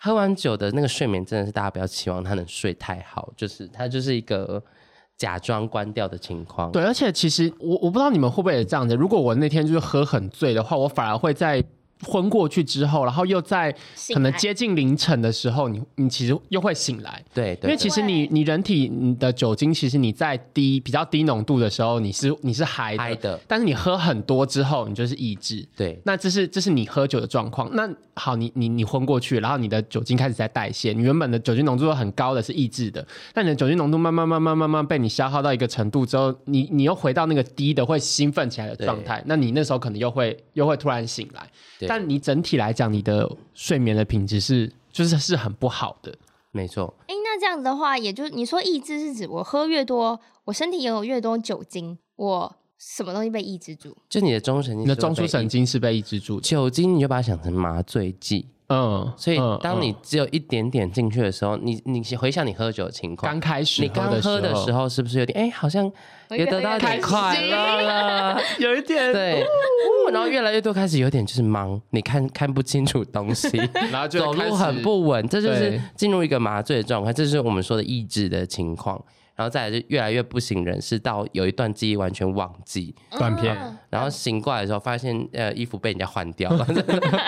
喝完酒的那个睡眠真的是大家不要期望他能睡太好，就是他就是一个假装关掉的情况。
对，而且其实我我不知道你们会不会也这样子。如果我那天就是喝很醉的话，我反而会在昏过去之后，然后又在
醒
可能
来
接近凌晨的时候，你你其实又会醒来。
对
因
对
为其实你
对
你人体你的酒精，其实你在低比较低浓度的时候，你是你是嗨的，
嗨的
但是你喝很多之后，你就是抑制。
对
那这是这是你喝酒的状况。那好，你你你昏过去，然后你的酒精开始在代谢，你原本的酒精浓度很高的是抑制的，那你的酒精浓度慢慢慢慢慢慢被你消耗到一个程度之后，你你又回到那个低的会兴奋起来的状态，那你那时候可能又会又会突然醒来，
对
但你整体来讲，你的睡眠的品质是就是是很不好的。
没错，
哎、那这样子的话，也就是你说抑制是指我喝越多，我身体也有越多酒精，我什么东西被抑制住？
就你的中枢神经，
你的中枢神，经是被抑制住的，
酒精你就把它想成麻醉剂，
嗯，
所以
嗯
当你
嗯
只有一点点进去的时候，你你回想你喝酒的情
刚
况，
开始
你刚喝的时，候是不是有点哎、好像
我
也得
越来
到
越
一点
开
快
心
乐了，
有一点，
对，呜然后越来越多开始有点就是忙，你看看不清楚东西，
然后 就
走
开
路
始
很不稳，这就是
对
进入一个麻醉的状态，这就是我们说的抑制的情况。然后再来就越来越不省人事，到有一段记忆完全忘记，
断片
嗯
然后醒过来的时候发现呃衣服被人家换掉 了，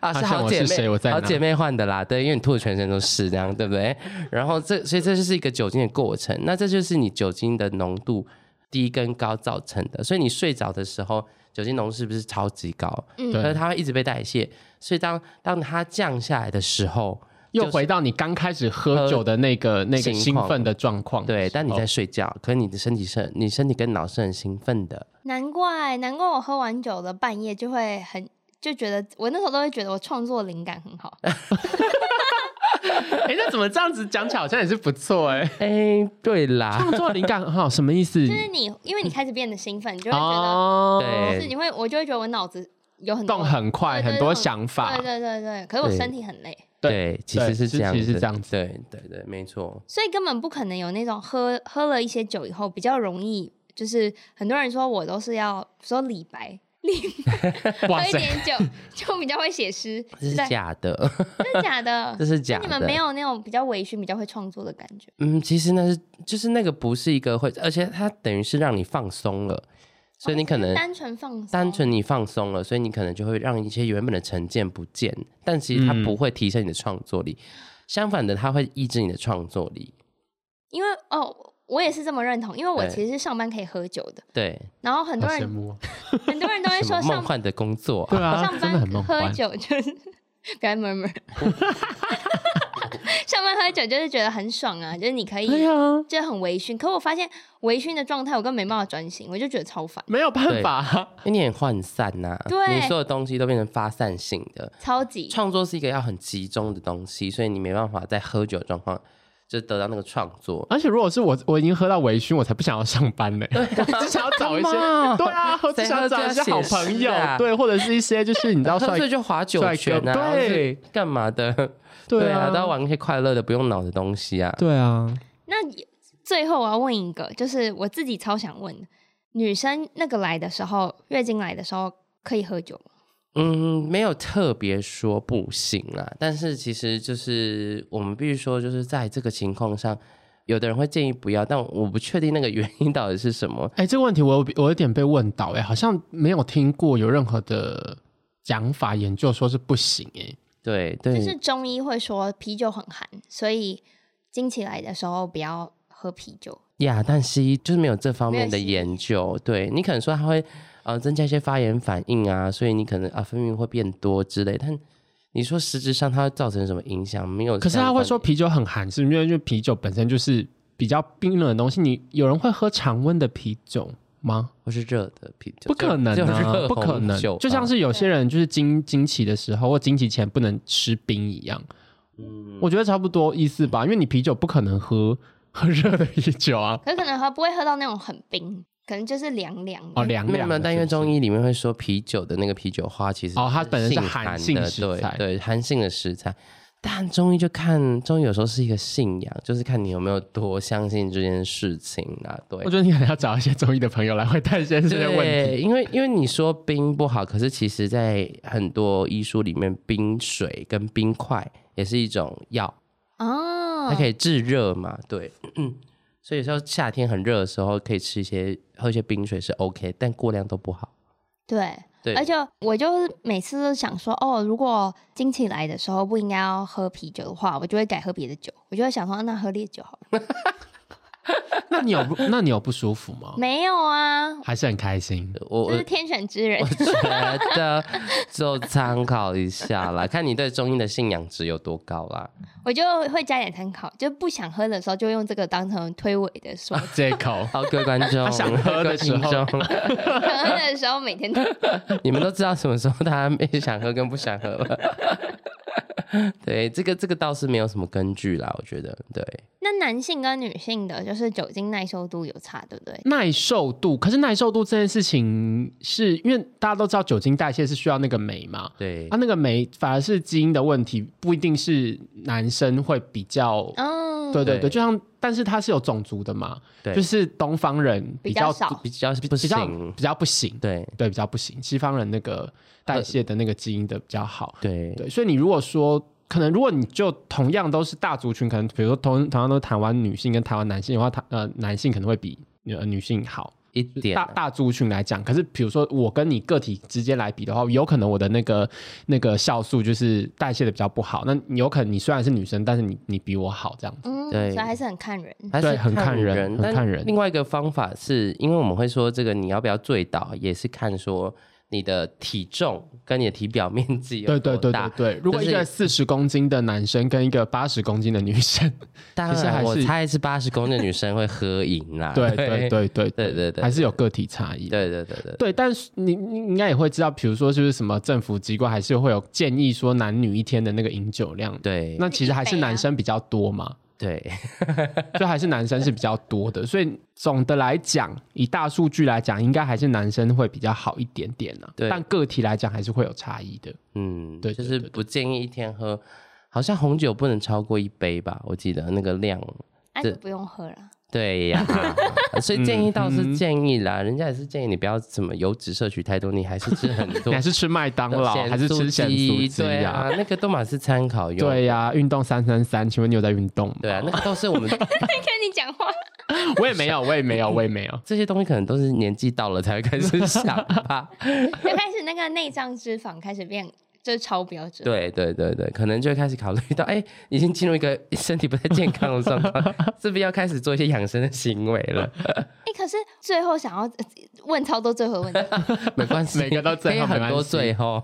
啊是
好像
好
我
姐
是谁
妹
我在
好
哪
姐妹换的啦，对，因为你吐的全身都是这样，对不对？然后这所以这就是一个酒精的过程，那这就是你酒精的浓度低跟高造成的，所以你睡着的时候酒精浓度是不是超级高？
嗯
而
对，
它会一直被代谢，所以当当它降下来的时候，
又回到你刚开始喝酒的那个那个
情
兴
况
奋的状况的时候。
对，但你在睡觉，可是你的身体是很，你身体跟脑是很兴奋的，
难怪难怪我喝完酒的半夜就会很就觉得，我那时候都会觉得我创作灵感很好，
哎，那怎么这样子讲起来好像也是不错 哎？
哎、对啦
创，作灵感很好，什么意思？
就是你因为你开始变得兴奋，你就会觉得，
哦，
就是
对
你会我就会觉得我脑子有很多
动很快，
对对
很多想法
对。对对对，可是我身体很累，
对，其实
对
是
其
这样
实
子，
是这样子
对对对，没错，
所以根本不可能有那种喝喝了一些酒以后比较容易，就是很多人说我都是要说李白。喝
哇
一
塞，
点 酒就比较会写诗，
这
是
是
在
假的，
真的假 的？
这是假的。
你们没有那种比较微醺、比较会创作的感觉，
嗯，其实那是就是那个不是一个会，而且它等于是让你放松了，所以你可能
哦单纯放松，
单纯你放松了，所以你可能就会让一些原本的成见不见，但其实它
嗯
不会提升你的创作力，相反的，它会抑制你的创作力。
因为哦，我也是这么认同，因为我
对
其实是上班可以喝酒的，
对，
然后很
好
多
羡
人
慕哦。
很多人都会
什
说
么梦
上
幻的工作啊
对？啊，
上
真的
班
很梦
喝
幻。
酒就是 不要 murmur，上班喝酒就是觉得很爽啊，就是你可以
对啊，
就很微醺，可我发现微醺的状态我根本没办法专心，我就觉得超烦，
没有办法啊，
因为你很涣散呐、
对
你所有东西都变成发散性的。
超级
创作是一个要很集中的东西，所以你没办法在喝酒的状况就得到那个创作。
而且如果是我，我已经喝到微醺，我才不想要上班呢。
啊
我只想要找一 些
干嘛，
对啊，我只想找一些好
哦
朋
谁喝酒要写
友
诗啊，
对，或者是一些就是你知 道
喝
帅
醉，就划酒泉
帅哥
啊，然后是
对
干嘛的？
对
啊，
啊
都要玩一些快乐的、不用脑的东西啊。
对啊，
那也最后我要问一个，就是我自己超想问的，女生那个来的时候，月经来的时候可以喝酒吗？
嗯，没有特别说不行啦，但是其实就是我们必须说，就是在这个情况上，有的人会建议不要，但我不确定那个原因到底是什么。
哎、这个问题我有我有点被问到、哎，好像没有听过有任何的讲法研究说是不行、哎
对对，
就是中医会说啤酒很寒，所以经期来的时候不要喝啤酒。
呀，但西医就是没有这方
没有
面的
西医
研究。对你可能说它会呃增加一些发炎反应啊，所以你可能啊分泌会变多之类。但你说实质上它会造成什么影响？没有相关。
哎，可是他会说啤酒很寒，是不是因为因为啤酒本身就是比较冰冷的东西？你有人会喝常温的啤酒吗？
我是热的啤酒，
不可能
就
啊，不可能，就
热红酒
像。
吧
是有些人就是经经期的时候或经期前不能吃冰一样，
嗯
我觉得差不多意思吧，因为你啤酒不可能喝喝热的啤酒啊，
可是可能喝不会喝到那种很冰，可能就是凉凉的。
哦凉
没有
凉
没有，
的，
但因为
是不是
中医里面会说啤酒的那个啤酒花其实
哦它本身是
性
寒
寒
性
的
食
对
材
对寒性的食材，但中医就看中医有时候是一个信仰，就是看你有没有多相信这件事情啊。对，
我觉得你可能要找一些中医的朋友来回答一些这些问题。
对，因为因为你说冰不好，可是其实在很多医书里面，冰水跟冰块也是一种药，
哦，
它可以制热嘛。对， 所以说夏天很热的时候，可以吃一些喝一些冰水是 OK，但过量都不好。
对。
对，
而且我就是每次都想说，哦，如果经期来的时候不应该要喝啤酒的话，我就会改喝别的酒。我就会想说，啊那喝烈酒好了。
那你有不那你有不舒服吗？
没有啊，
还是很开心。
我
这
我
是天选之人
我。觉得就参考一下啦，看你对中医的信仰值有多高啦。
我就会加点参考，就不想喝的时候就用这个当成推诿的说。
借口
好，各位观众，
他想喝的时候
各位听众
想 喝的时候每天都
你们都知道什么时候他想喝跟不想喝了。 对，这个这个倒是没有什么根据啦，我觉得对。
那男性跟女性的就是酒精耐受度有差，对不对？
耐受度，可是耐受度这件事情是，因为大家都知道酒精代谢是需要那个酶嘛，
对
啊，，那个酶反而是基因的问题，不一定是男生会比较，
嗯，
对对
对
对，就像，但是它是有种族的嘛，
对
就是东方人
比
较
较少
比较
比
不
比较
行，
比较不行，
对
对，比较不行，西方人那个代谢的那个基因的比较好，
呃对
对，所以你如果说，可能如果你就同样都是大族群，可能比如说同同样都是台湾女性跟台湾男性的话，他呃男性可能会比呃女性好，
一点
大
啊
大族群来讲。可是比如说我跟你个体直接来比的话，有可能我的那个那个酵素就是代谢的比较不好，那你有可能你虽然是女生，但是你你比我好这样子。
嗯，
对
所以还是很看人。
还是
对很看人很
但
看人
另外一个方法是因为我们会说这个你要不要醉倒，也是看说你的体重跟你的体表面积有
对对
多
对
大
对对，如果一
但
个
是
四十公斤的男生跟一个八十公斤的女生，
当
其实还
然，
是
我猜是八十公斤的女生会喝饮啦。
对对对对
对对对
还是有个体差异。
对对对对对
对，但是你你应该也会知道，比如说就是什么政府机关还是会有建议说男女一天的那个饮酒量，
对
那其实还是男生比较多嘛，
对
就还是男生是比较多的，所以总的来讲，以大数据来讲，应该还是男生会比较好一点点呢、
对
但个体来讲还是会有差异的。
嗯，
对对
就是
对对
不建议一天喝，好像红酒不能超过一杯吧？我记得那个量。
哎，
对
就不用喝 了。
对 呀，呃所以
嗯
建议倒是建议啦，人家也是建议你不要怎么油脂摄取太多，你还是吃 很多
你还。是吃麦当劳还是吃咸酥鸡
对啊
呀？，
那个都嘛是参考用。
对呀、运动三三三，请问你有在运动吗？
对啊，那个都是我们。
跟你讲话，
我也没有，我也没有，我也没有
这些东西可能都是年纪到了才会开始想吧。
就开始那个内脏脂肪开始变，就是超标脂肪。
对对对对，可能就会开始考虑到，哎，已经进入一个身体不太健康的状 况，是不是要开始做一些养生的行为了？
哎，可是最后想要呃问超多最后的问题，
没关系，
每个都最后
可以很
没
多
关系
最后。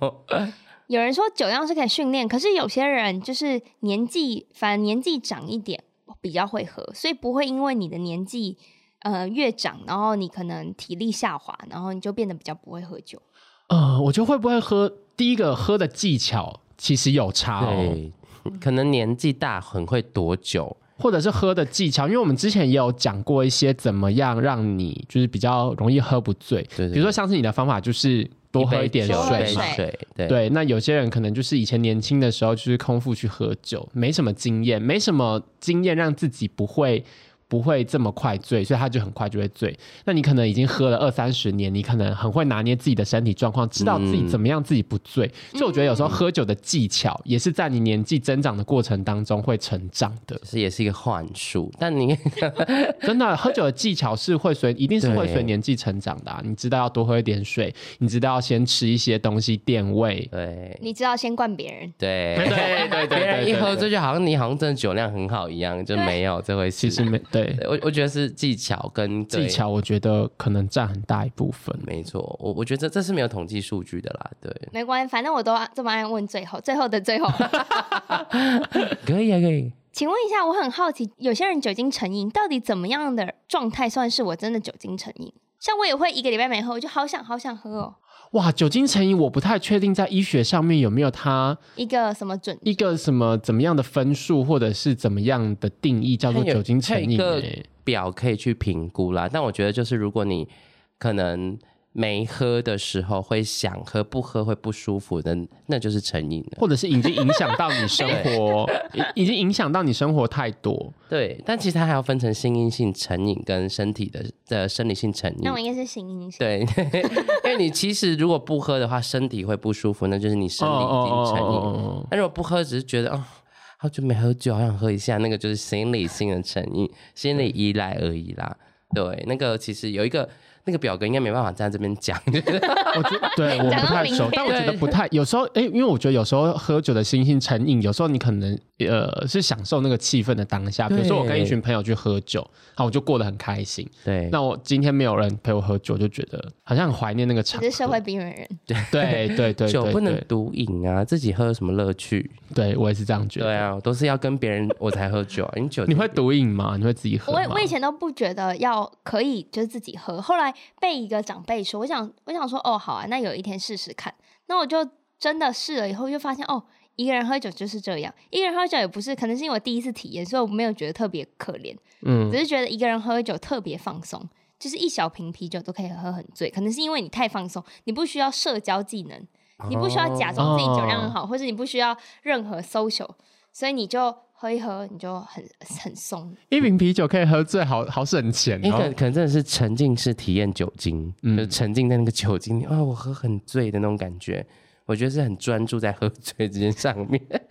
有人说酒量是可以训练，可是有些人就是年纪，反而年纪长一点比较会喝，所以不会因为你的年纪。呃，越长，然后你可能体力下滑，然后你就变得比较不会喝酒。
呃，我觉得会不会喝？第一个喝的技巧其实有差哦。
对，可能年纪大很会躲酒，
或者是喝的技巧，因为我们之前也有讲过一些怎么样让你就是比较容易喝不醉，
对对对
比如说像是你的方法就是多喝一点
杯酒
多喝
水
一
嘛
杯。水，对
对，那有些人可能就是以前年轻的时候就是空腹去喝酒，没什么经验，没什么经验让自己不会不会这么快醉，所以他就很快就会醉。那你可能已经喝了二三十年，你可能很会拿捏自己的身体状况，知道自己怎么样自己不醉。所以我觉得有时候喝酒的技巧也是在你年纪增长的过程当中会成长的。
就是也是一个幻术，但 你
真的，喝酒的技巧是会随，一定是会
对。
随年纪成长的、啊。你知道要多喝一点水，你知道要先吃一些东西垫胃
对
你知道先灌别人，
对
对对对
别人一喝
对
醉就好像你好像真的酒量很好一样，就没有这回事。
其实没对
对我我觉得是技巧跟
技，巧，我觉得可能占很大一部分。
对没错，我我觉得这这是没有统计数据的啦，对，
没关系，反正我都啊这么爱问最后，最后的最后。
可以啊，可以。
请问一下，我很好奇，有些人酒精成瘾，到底怎么样的状态算是我真的酒精成瘾？像我也会一个礼拜没喝，我就好想好想喝哦，
哇，酒精成瘾，我不太确定在医学上面有没有它
一个什么准？
一个什么怎么样的分数，或者是怎么样的定义叫做
它有
酒精成瘾、
它有一个
欸。
表可以去评估啦。但我觉得就是如果你可能没喝的时候会想喝，不喝会不舒服的，那就是成瘾了。
或者是已经影响 到你生活，已已经影响到你生活太多。
对，但其实它还要分成心因性成瘾跟身体的的生理性成瘾
那。我应该是行影响。
对， 因为你其实如果不喝的话，身体会不舒服，那就是你身体已经成瘾了。
哦
那如果不喝，只是觉得哦，好久没喝酒，好想喝一下，那个就是心理性的成瘾，心理依赖而已啦。对，那个其实有一个那个表格应该没办法在这边讲， 就是
哦我觉得 对我不太熟
讲到明天，
但我觉得不太有时候，哎、因为我觉得有时候喝酒的心性成瘾，有时候你可能呃是享受那个气氛的当下。比如说我跟一群朋友去喝酒，好，我就过得很开心。
对
那我今天没有人陪我喝酒，就觉得好像很怀念那个
你
场合。
是社会边缘人，
对对对对，
酒不能
对
独饮啊，自己喝有什么乐趣？
对我也是这样觉得。
对啊，我都是要跟别 人我才喝酒啊，你酒
你会毒瘾吗？你会自己喝
我
吗？
我以前都不觉得要可以就是自己喝，后来被一个长辈说，我想我想说哦好啊，那有一天试试看，那我就真的试了以后就发现哦，一个人喝酒就是这样，一个人喝酒也不是，可能是因为我第一次体验，所以我没有觉得特别可怜，
嗯
只是觉得一个人喝酒特别放松，就是一小瓶啤酒都可以喝很醉。可能是因为你太放松，你不需要社交技能，你不需要假装自己酒量很好，或者你不需要任何 social，所以你就喝一喝，你就很很松。
一瓶啤酒可以喝醉，好好省钱
哎你可
哦。
可能真的是沉浸式体验酒精，
嗯
就是沉浸在那个酒精里啊、我喝很醉的那种感觉。我觉得是很专注在喝醉这件上面，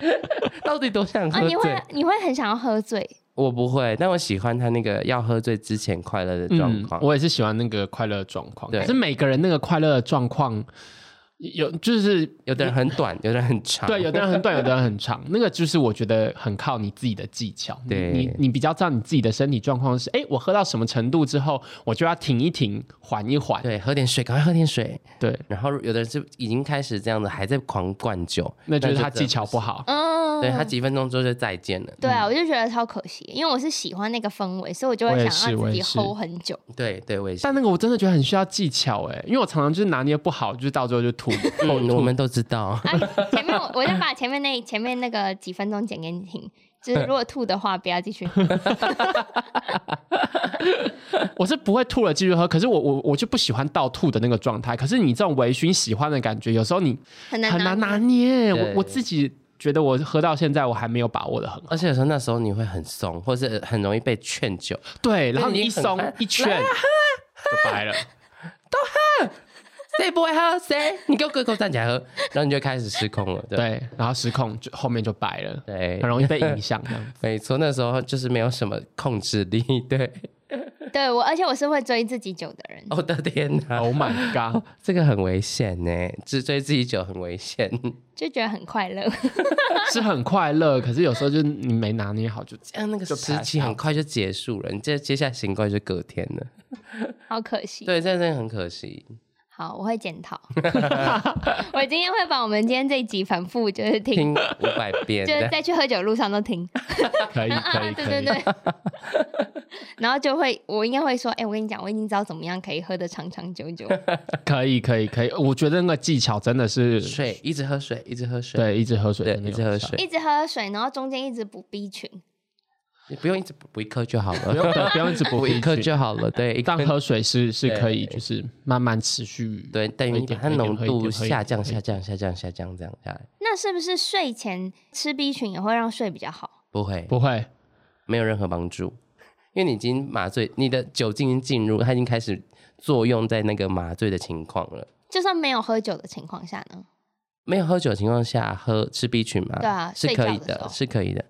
到底多想
啊，
喝
你
醉？
会你会很想要喝醉，
我不会，但我喜欢他那个要喝醉之前快乐的状
嗯
况。，
我也是喜欢那个快乐的状况，
对
可是每个人那个快乐的状况有就是
有的人很短，有的人很长。
对，有的人很短，有的人很长，那个就是我觉得很靠你自己的技巧。你
对
你你比较知道你自己的身体状况是，哎，我喝到什么程度之后，我就要停一停，缓一缓。
对，喝点水，赶快喝点水。
对，
然后有的人是已经开始这样子，还在狂灌酒，
那就是他
真的
技巧不好。
嗯，
对他几嗯分钟之后就再见了。
对啊，我就觉得超可惜，因为我是喜欢那个氛围，所以我就
我
会
也
想
是
让
我
自
也
己
是
hold 很久。
对对，我也是。
但那个我真的觉得很需要技巧哎、因为我常常就是拿捏不好，就是到最后 就吐。
我
吐
哦我们都知道，
啊，前面我我再把前面那前面那个几分钟剪给你听，就是如果吐的话，不要继 续喝。
我是不会吐了继续喝，可是我我我就不喜欢到吐的那个状态。可是你这种微醺喜欢的感觉，有时候你
很难
很
拿
难拿
捏
捏。
对
我我自己觉得我喝到现在我还没有把握的很好。
而且有时候那时候你会很松，或是很容易被劝酒。
对，然后
已
你一
经很
松
快啊
一圈就白了。
谁不会喝？谁？你给我跪狗站起来喝，然后你就开始失控了。对吧
对，然后失控就后面就白了，
对
很容易被影响 这样子
没错，那时候就是没有什么控制力。 对，哦
对我，而且我是会追自己酒的人。
我的天哪、
哦
Oh my god！
这个很危险呢，只追自己酒很危险。
就觉得很快乐，
是很快乐，可是有时候就是你没拿捏 好就
这样那个
就
时
pass
期很快就结束了，你这接下来醒过来就隔天了。
好可惜。
对，这真的很可惜。
好，我会检 讨。我今天会把我们今天这一集反复就是听，
听五百遍，
就是在去喝酒的路上都听。
可以
啊啊
可
啊
以
对
可
对
以。
对。然后就会，我应该会说，哎、我跟你讲，我已经知道怎么样可以喝得长长久 久。
可以可以可以，我觉得那个技巧真的是
水一直喝水，一直喝水，
对，一直喝水，
对
真的
一直
有
喝
效
水
一直喝水，然后中间一直补 B 群，
你不用一直补一颗就好
不
了，
用对不用一 直补
补一颗
进去
就好了。对，一
但
颗
喝水是是
对
可以，就是慢慢持续
对，等
喝
于
一
你把
点
它
喝一点
浓
喝一点
度
喝一
下降、
点
下降、下降、下降，这样下来
那是不是睡前吃 B 群也会让睡比较好？
不会
不会
没有任何帮助，因为你已经麻醉，你的酒精已经进入，它已经开始作用在那个麻醉的情况了。
就算没有喝酒的情况下呢？
没有喝酒的情况下喝吃 B 群吗？
对啊
是可以
睡觉的时
的，
候
是可以的。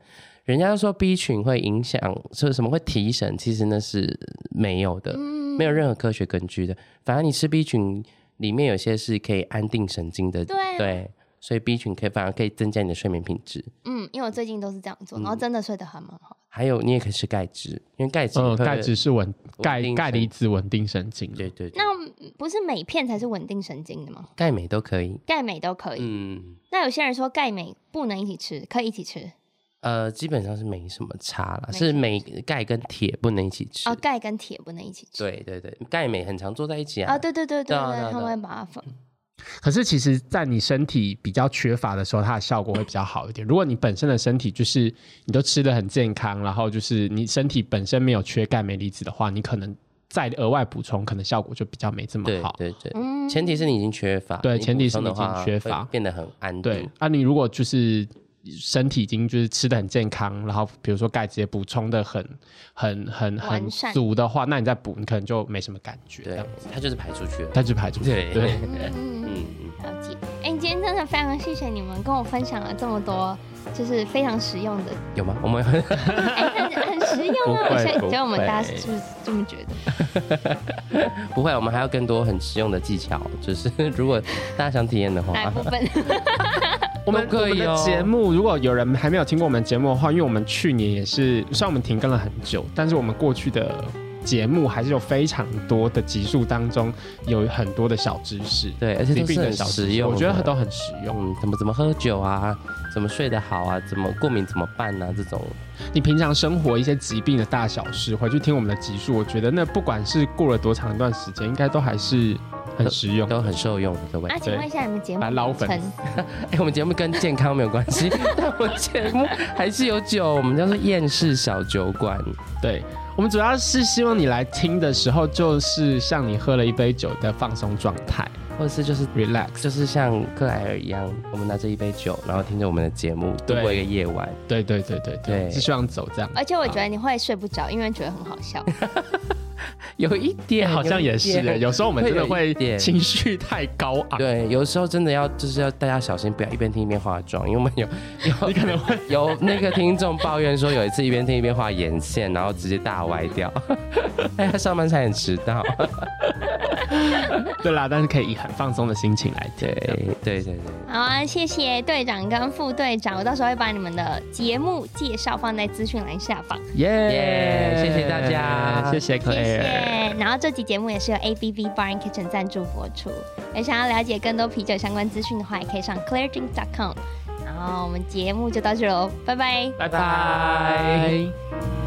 人家说 B 群会影响，说什么会提神，其实那是没有的，
嗯
没有任何科学根据的。反而你吃 B 群里面有些是可以安定神经的，
对啊
所以 B 群可以反而可以增加你的睡眠品质。
嗯，因为我最近都是这样
嗯
做，然后真的睡得还蛮好。
还有你也可以吃钙质，因为钙质
嗯，
会
钙质是稳钙
定
钙
神
离子稳定神经，
对对对
那嗯不是镁片才是稳定神经的吗？
钙镁都可以。
钙镁都可以。
嗯，
那有些人说钙镁不能一起吃，可以一起吃
呃，基本上是没什么差啦，
没
是
什么
镁、钙跟铁不能一起吃。
哦，钙跟铁不能一起吃。
对对对，钙镁很常做在一起啊。
啊，对对对
对
对
啊对啊对
对，他
啊
们会把它放。
可是其实，在你身体比较缺乏的时候，它的效果会比较好一点。如果你本身的身体就是你都吃的很健康，然后就是你身体本身没有缺钙镁离子的话，你可能再额外补充，可能效果就比较没这么
对
好。
对对，
嗯
前提是你已经缺乏，
对
你
前提
补
是
充
你
的
已经
话
缺
会
乏
变得很安
对啊
定。，
那、你如果就是身体已经就是吃的很健康，然后比如说钙质也补充的很很很很
完善
足的话，那你再补，你可能就没什么感觉。这
对
样，
它就是排出去了。
它就排出去。
对
对，
嗯嗯，
嗯，嗯
嗯了解。哎，今天真的非常谢谢你们跟我分享了这么多，就是非常实用的
有吗？我们 很
哎，很很实用啊！
不
我
会
现在
不
觉得我们大家
会
是不是这么觉得？
不会，我们还有更多很实用的技巧，就是 如果大家想体验的
哪一
话，
哎
部分？
我们
都可以
我们的
哦
节目，如果有人还没有听过我们节目的话，因为我们去年也是，虽然我们停更了很久，但是我们过去的节目还是有非常多的集数当中有很多的小知识，
对，而且
疾
都
病
是
的
很
小知
实
识，
用，哦
我觉得都。很实用。
嗯，怎么怎么喝酒啊，怎么睡得好啊，怎么过敏怎么办啊？这种
你平常生活一些疾病的大小事，回去听我们的集数，我觉得那不管是过了多长一段时间，应该都还是很实用。
都很受用，各位。
啊，
哎、
请问一下你们节目
白捞粉
名称
我们节目跟健康没有关系， 但我们节目还是有酒，我们叫做厌世小酒馆。
对，我们主要是希望你来听的时候，就是像你喝了一杯酒的放松状态
或者是就是
，relax。
就是像克莱尔一样，我们拿着一杯酒，然后听着我们的节目度
对
过一个夜晚。
对对对对
对
对，是希望走这样。
哎
而且我觉得你会睡不着，因为觉得很 好笑。
有一点，
哎好像也是
有一
耶，
点
有时候我们真的
会有一
会
点
情绪太高昂，
对，有时候真的要就是要大家小心，不要一边听一边化妆，因为我们有
你可能会
有有那个听众抱怨说，有一次一边听一边画眼线，然后直接大歪掉， 哎，他上班差点迟到。
对啦，但是可以以很放松的心情来听
对。
这样
对对对，
好啊，谢谢队长跟副队长，我到时候会把你们的节目介绍放在资讯栏下方。
耶谢谢大家
谢谢 Claire。
谢谢。然后这期节目也是由 A B B Bar and Kitchen 赞助播出。有想要了解更多啤酒相关资讯的话，也可以上 clairedrinks.com。然后我们节目就到这喽，拜拜。
拜
拜
拜。